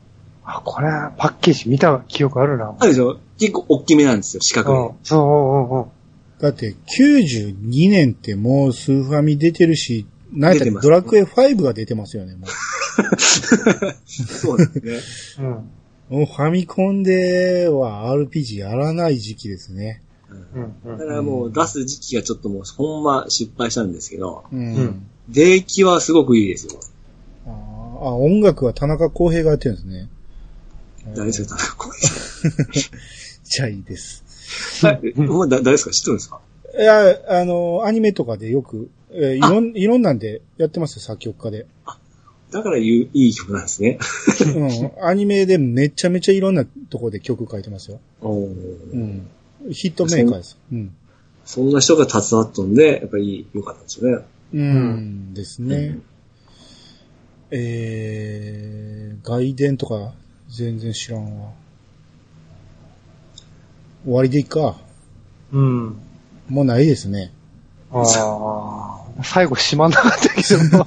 Speaker 2: あ、これ、パッケージ見た記憶あるな。
Speaker 3: あるでしょ結構大きめなんですよ、四角
Speaker 2: う
Speaker 3: で
Speaker 2: ん。そう、うんうんうん。
Speaker 1: だって、92年ってもうスーファミ出てるし、なんやった
Speaker 3: 出て
Speaker 1: ら
Speaker 3: ます
Speaker 1: ドラクエ5が出てますよね、もう。
Speaker 3: そうですね。
Speaker 2: うん。
Speaker 1: もうファミコンでは RPG やらない時期ですね。
Speaker 2: うんう
Speaker 3: だ
Speaker 2: ん
Speaker 3: か
Speaker 2: うん。
Speaker 3: らもう出す時期がちょっともうほんま失敗したんですけど、
Speaker 1: うん。
Speaker 2: うん
Speaker 3: 出来はすごくいいですよ。
Speaker 1: あーあ、音楽は田中康平がやってるんですね。
Speaker 3: 誰ですかこ
Speaker 1: じゃあいいです。
Speaker 3: れ。もう だ誰ですか知ってるんですか
Speaker 1: いや、あの、アニメとかでよく、えーいろん、いろんなんでやってますよ、作曲家で。
Speaker 3: だから言ういい曲なんですね。
Speaker 1: うん。アニメでめちゃめちゃいろんなとこで曲書いてますよ。
Speaker 3: おー
Speaker 1: うん。ヒットメーカーです。うん。
Speaker 3: そんな人が携わったんで、やっぱり良かったですよね。
Speaker 1: うん、ですね。えー、外伝とか全然知らんわ。終わりでいいか。
Speaker 2: うん。
Speaker 1: もうないですね。
Speaker 2: ああ。最後閉まんなかったけど。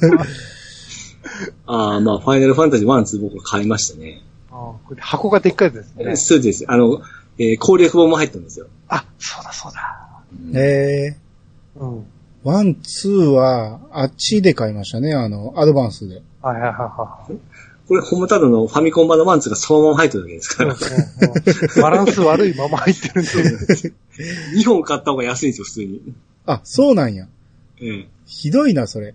Speaker 3: ああ、まあ、ファイナルファンタジー1、2僕は買いましたね。
Speaker 2: あーこれ箱がでっかいやつですね。
Speaker 3: そうです。あの、えー攻略本も入ったんですよ。
Speaker 2: あ、そうだそうだ。
Speaker 1: え
Speaker 2: うん。
Speaker 1: ー、ワン、ツーは、あっちで買いましたね。あの、アドバンスで。
Speaker 2: はいはいはいは
Speaker 3: これ、ほんまただのファミコン版のワンツーがそのまま入っただけです
Speaker 2: い
Speaker 3: から。
Speaker 2: うんうんうん。バランス悪いまま入ってるんで。
Speaker 3: 2本買った方が安いんですよ、普通に。
Speaker 1: あ、そうなんや。
Speaker 3: うん。
Speaker 1: ひどいな、それ。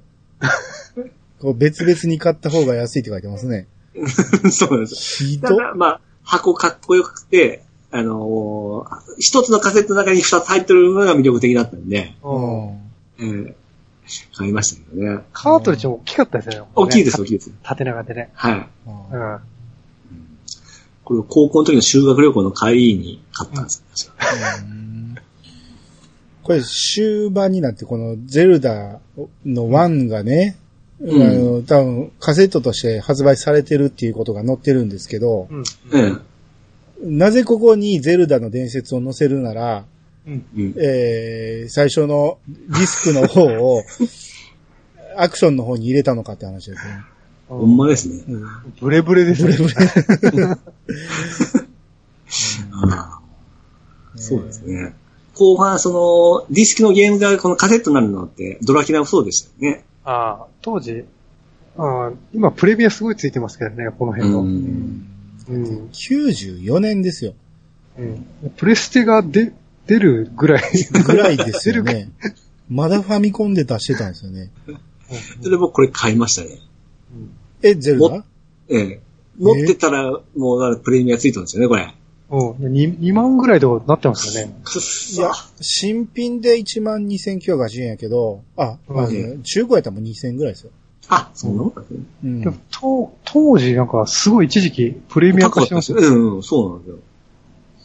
Speaker 1: こう別々に買った方が安いって書いてますね。
Speaker 3: そうなんです
Speaker 1: ひ
Speaker 3: よ。
Speaker 1: ど
Speaker 3: た。だ、まあ、箱かっこよくて、あのー一つのカセットの中に二つ入ってるのが魅力的だったんで、
Speaker 2: うん
Speaker 1: うん
Speaker 3: うん。買いましたけどね。
Speaker 2: カートリッジも大きかったですよね。
Speaker 3: 大きいです、
Speaker 2: ね
Speaker 3: 大きいです。
Speaker 2: 縦長でね。
Speaker 3: はい。
Speaker 2: うん。あ
Speaker 3: これを高校の時の修学旅行の帰りに買ったんですよ。
Speaker 1: うんこれ終盤になってこのゼルダの1がね、
Speaker 3: うん
Speaker 1: あの多分カセットとして発売されてるっていうことが載ってるんですけど、
Speaker 3: うん。
Speaker 1: なぜここにゼルダの伝説を載せるなら、
Speaker 3: うん。
Speaker 1: えー、最初のディスクの方 をアクションの方に入れたのかって話ですね。
Speaker 3: ほんまですね。
Speaker 1: うん
Speaker 2: ブレブレですね。
Speaker 3: ああ、そうですね。後半、その、ディスクのゲームがこのカセットになるのって、ドラキュラもそうでしたよね。
Speaker 2: ああ、当時、ああ、今プレビアすごいついてますけどね、この辺の。
Speaker 3: ん。
Speaker 2: うん。
Speaker 1: 94年ですよ。
Speaker 2: うん。プレステが出、出るぐらい。
Speaker 1: ぐらいですよ ね。まだファミコンで出してたんですよね。
Speaker 3: それもこれ買いましたね。
Speaker 1: え、ゼルダ
Speaker 3: ええ。持ってたら、もうなんかプレミアついたんですよね、これ。
Speaker 2: うん。2, 2万ぐらいとなってますよね。
Speaker 3: くっ
Speaker 1: い
Speaker 3: そ
Speaker 1: や。、新品で12,980円やけど、あ、まあ
Speaker 3: う
Speaker 1: 中古やったらもう2,000円ぐらいですよ。
Speaker 3: あ、そんなもんだね。
Speaker 1: うん
Speaker 2: でも、と当時なんかすごい一時期プレミア化してますよ。
Speaker 3: うん、うんそうなんで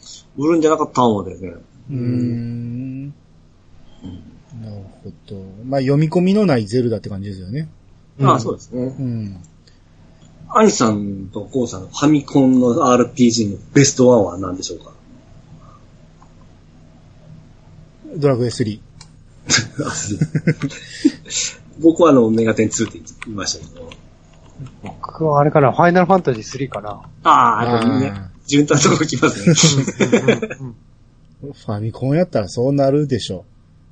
Speaker 3: すよ。売るんじゃなかったんですね。
Speaker 1: うーん。なるほど。まあ読み込みのないゼルダって感じですよね。
Speaker 3: ああ、そううですね
Speaker 1: う。ん。
Speaker 3: アニさんとコウさんのファミコンの RPG のベストワンは何でし ょうか
Speaker 1: ドラクエ3。
Speaker 3: 僕はあの、メガテン2って言いましたけど。
Speaker 2: 僕はあれかな、ファイナルファンタジー3かな。
Speaker 3: ああ、やっぱりね
Speaker 1: あ。
Speaker 3: 順当なとこ来ますね。
Speaker 2: うん
Speaker 1: ファミコンやったらそうなるでしょ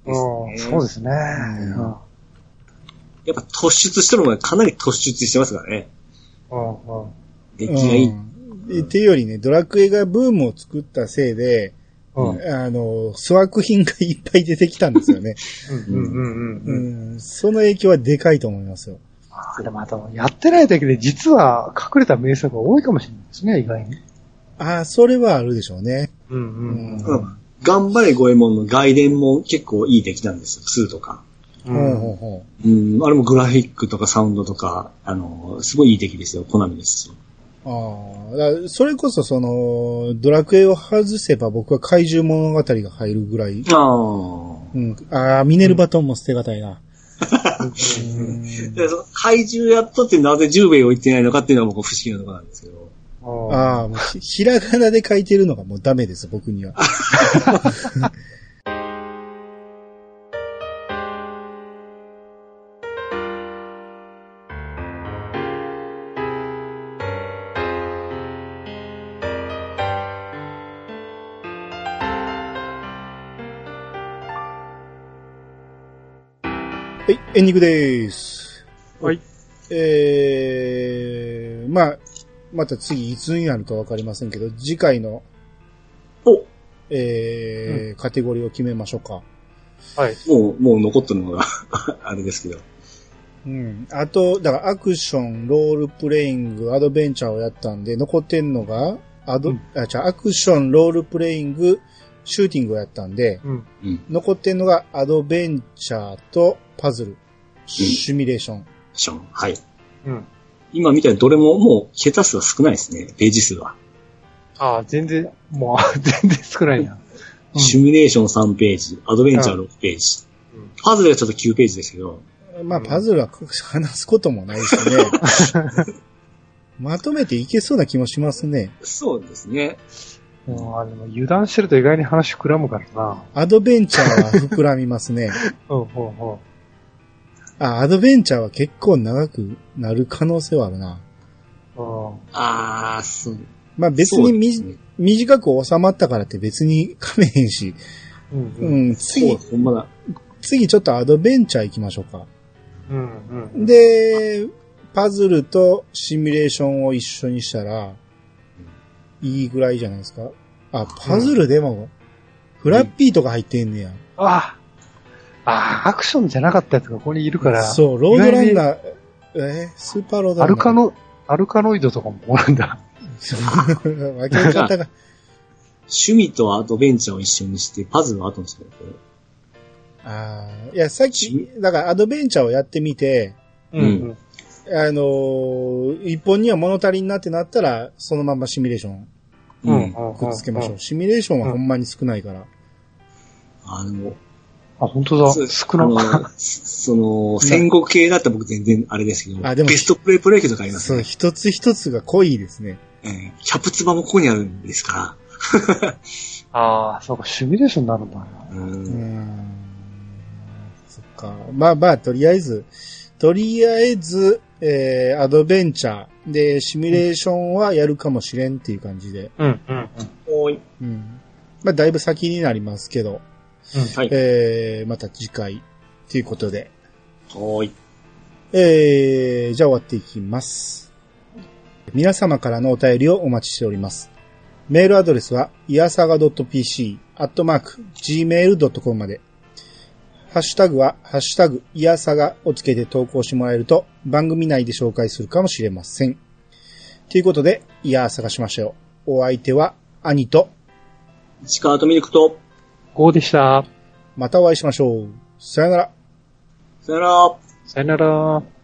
Speaker 2: うんそうですね。
Speaker 1: ん
Speaker 2: うん
Speaker 3: やっぱ突出してるものがかなり突出してますからね。
Speaker 2: うんうん
Speaker 1: う。
Speaker 3: 出来がいい。
Speaker 1: うんっていうよりね、ドラクエがブームを作ったせいで、
Speaker 2: うん
Speaker 1: あの、粗悪品がいっぱい出てきたんですよ ね。
Speaker 2: うんうんうんうん
Speaker 1: うん、その影響はでかいと思いますよ。
Speaker 2: あーでもあと、やってないだけで実は隠れた名作が多いかもしれないですね、意外に。
Speaker 1: ああ、それはあるでしょうね。
Speaker 2: うん
Speaker 1: うん
Speaker 3: うん頑張れ五右衛門の外伝も結構いい出来なんですよ。2とか。
Speaker 2: う
Speaker 1: ほうんほうほ
Speaker 3: うん、あれもグラフィックとかサウンドとか、あの、すごいいい出来ですよ。コナミですし。
Speaker 1: う。ああ、だからそれこそその、ドラクエを外せば僕は怪獣物語が入るぐらい。
Speaker 3: ああ。
Speaker 1: うん。ああ、ミネルバトンも捨てがたいな。
Speaker 3: でその怪獣やっとってなぜ10名を言ってないのかっていうのは僕不思議なところなんですけど。
Speaker 2: あ
Speaker 1: ああ、もうひひらがなで書いてるのがもうダメです、僕 には。はい、エンディングです。
Speaker 2: ーはい。
Speaker 1: えー、まあ、また次いつになるかわかりませんけど、次回の、
Speaker 3: お
Speaker 1: えーカテゴリーを決めましょうか。
Speaker 2: はい。
Speaker 3: もう、もう残ったのが、 あれですけど。
Speaker 1: うん。あと、だからアクション、ロールプレイング、アドベンチャーをやったんで、残ってんのが、アド、
Speaker 2: うん
Speaker 1: あ、じゃアクション、ロールプレイング、シューティングをやったんで、
Speaker 2: うん。
Speaker 3: うん。
Speaker 1: 残ってんのがアドベンチャーとパズル、シミュレーション。
Speaker 3: ション。はい。
Speaker 2: うん。
Speaker 3: 今みたいにどれももう、桁数は少ないですね。ページ数は。
Speaker 2: ああ、全然、もう、全然少ないな。うん
Speaker 3: シミュレーション3ページ、アドベンチャー6ページ
Speaker 2: うん。
Speaker 3: パズルはちょっと9ページですけど、
Speaker 1: まあ、パズルは話すこともないしね。まとめていけそうな気もしますね。
Speaker 3: そうですね。
Speaker 2: うん、あでも油断してると意外に話膨らむからな。
Speaker 1: アドベンチャーは膨らみますね。
Speaker 2: うん、うん、うん。
Speaker 1: あ、アドベンチャーは結構長くなる可能性はあるな。
Speaker 2: うん
Speaker 3: あー、そう。
Speaker 1: まあ別にみ、
Speaker 3: そうですね
Speaker 1: 短く収まったからって別に噛めへんし。
Speaker 2: うん
Speaker 1: う
Speaker 2: うん
Speaker 1: ん、
Speaker 3: そう、
Speaker 1: 次、
Speaker 3: ほんまだ。
Speaker 1: 次ちょっとアドベンチャー行きましょうか。
Speaker 2: うんうん
Speaker 1: で、パズルとシミュレーションを一緒にしたら、いいぐらいじゃないですか。あ、パズルでも、フラッピーとか入ってんねや。
Speaker 2: ああ、アクションじゃなかったやつがここにいるから、
Speaker 1: そう、ロードランナー、えースーパーロードラ
Speaker 2: ア
Speaker 1: ンナー。
Speaker 2: ルカノ、アルカノイドとかもおるんだ。
Speaker 1: そう。分け方が。
Speaker 3: 趣味とアドベンチャーを一緒にして、パズルは後にしてる。
Speaker 1: ああ、いや、さっき、だからアドベンチャーをやってみて、
Speaker 3: うん
Speaker 2: うん
Speaker 1: あのー一本には物足りんなってなったら、そのままシミュレーション
Speaker 2: う
Speaker 3: うんん。
Speaker 2: うん。
Speaker 1: くっつけましょ
Speaker 2: ん
Speaker 1: う。。シミュレーションはほんまに少ないから。
Speaker 3: あの、
Speaker 2: あ、本当だ。少な
Speaker 3: あのその、戦後系だったら僕全然あれですけど、
Speaker 1: あでも
Speaker 3: ベストプレイプレイとかあります
Speaker 1: そう、
Speaker 3: ね。
Speaker 1: 一つ一つが濃いですね。
Speaker 3: えーキャプツバもここにあるんですか
Speaker 2: ああ、そうか、シミュレーションになるんだな。
Speaker 3: ら。う
Speaker 1: うんーん。そっか。まあまあ、とりあえず、とりあえず、えー、アドベンチャーで、シミュレーションはやるかもしれんっていう感じで。
Speaker 2: うん、うん、
Speaker 3: おい。
Speaker 1: うん。まあ、だいぶ先になりますけど、
Speaker 3: はい。
Speaker 1: えー、また次回、ということで。
Speaker 3: おい。
Speaker 1: えー、じゃあ終わっていきます。皆様からのお便りをお待ちしております。メールアドレスは、いやさが .pc、アットマーク、gmail.com まで。ハッシュタグは、ハッシュタグ、いやさがをつけて投稿してもらえると、番組内で紹介するかもしれません。ということで、いやさがしましたよ。お相手は、兄と、
Speaker 3: 石川とミルクと、
Speaker 2: 5でした。
Speaker 1: またお会いしましょう。さよなら。
Speaker 3: さよなら。
Speaker 2: さよなら。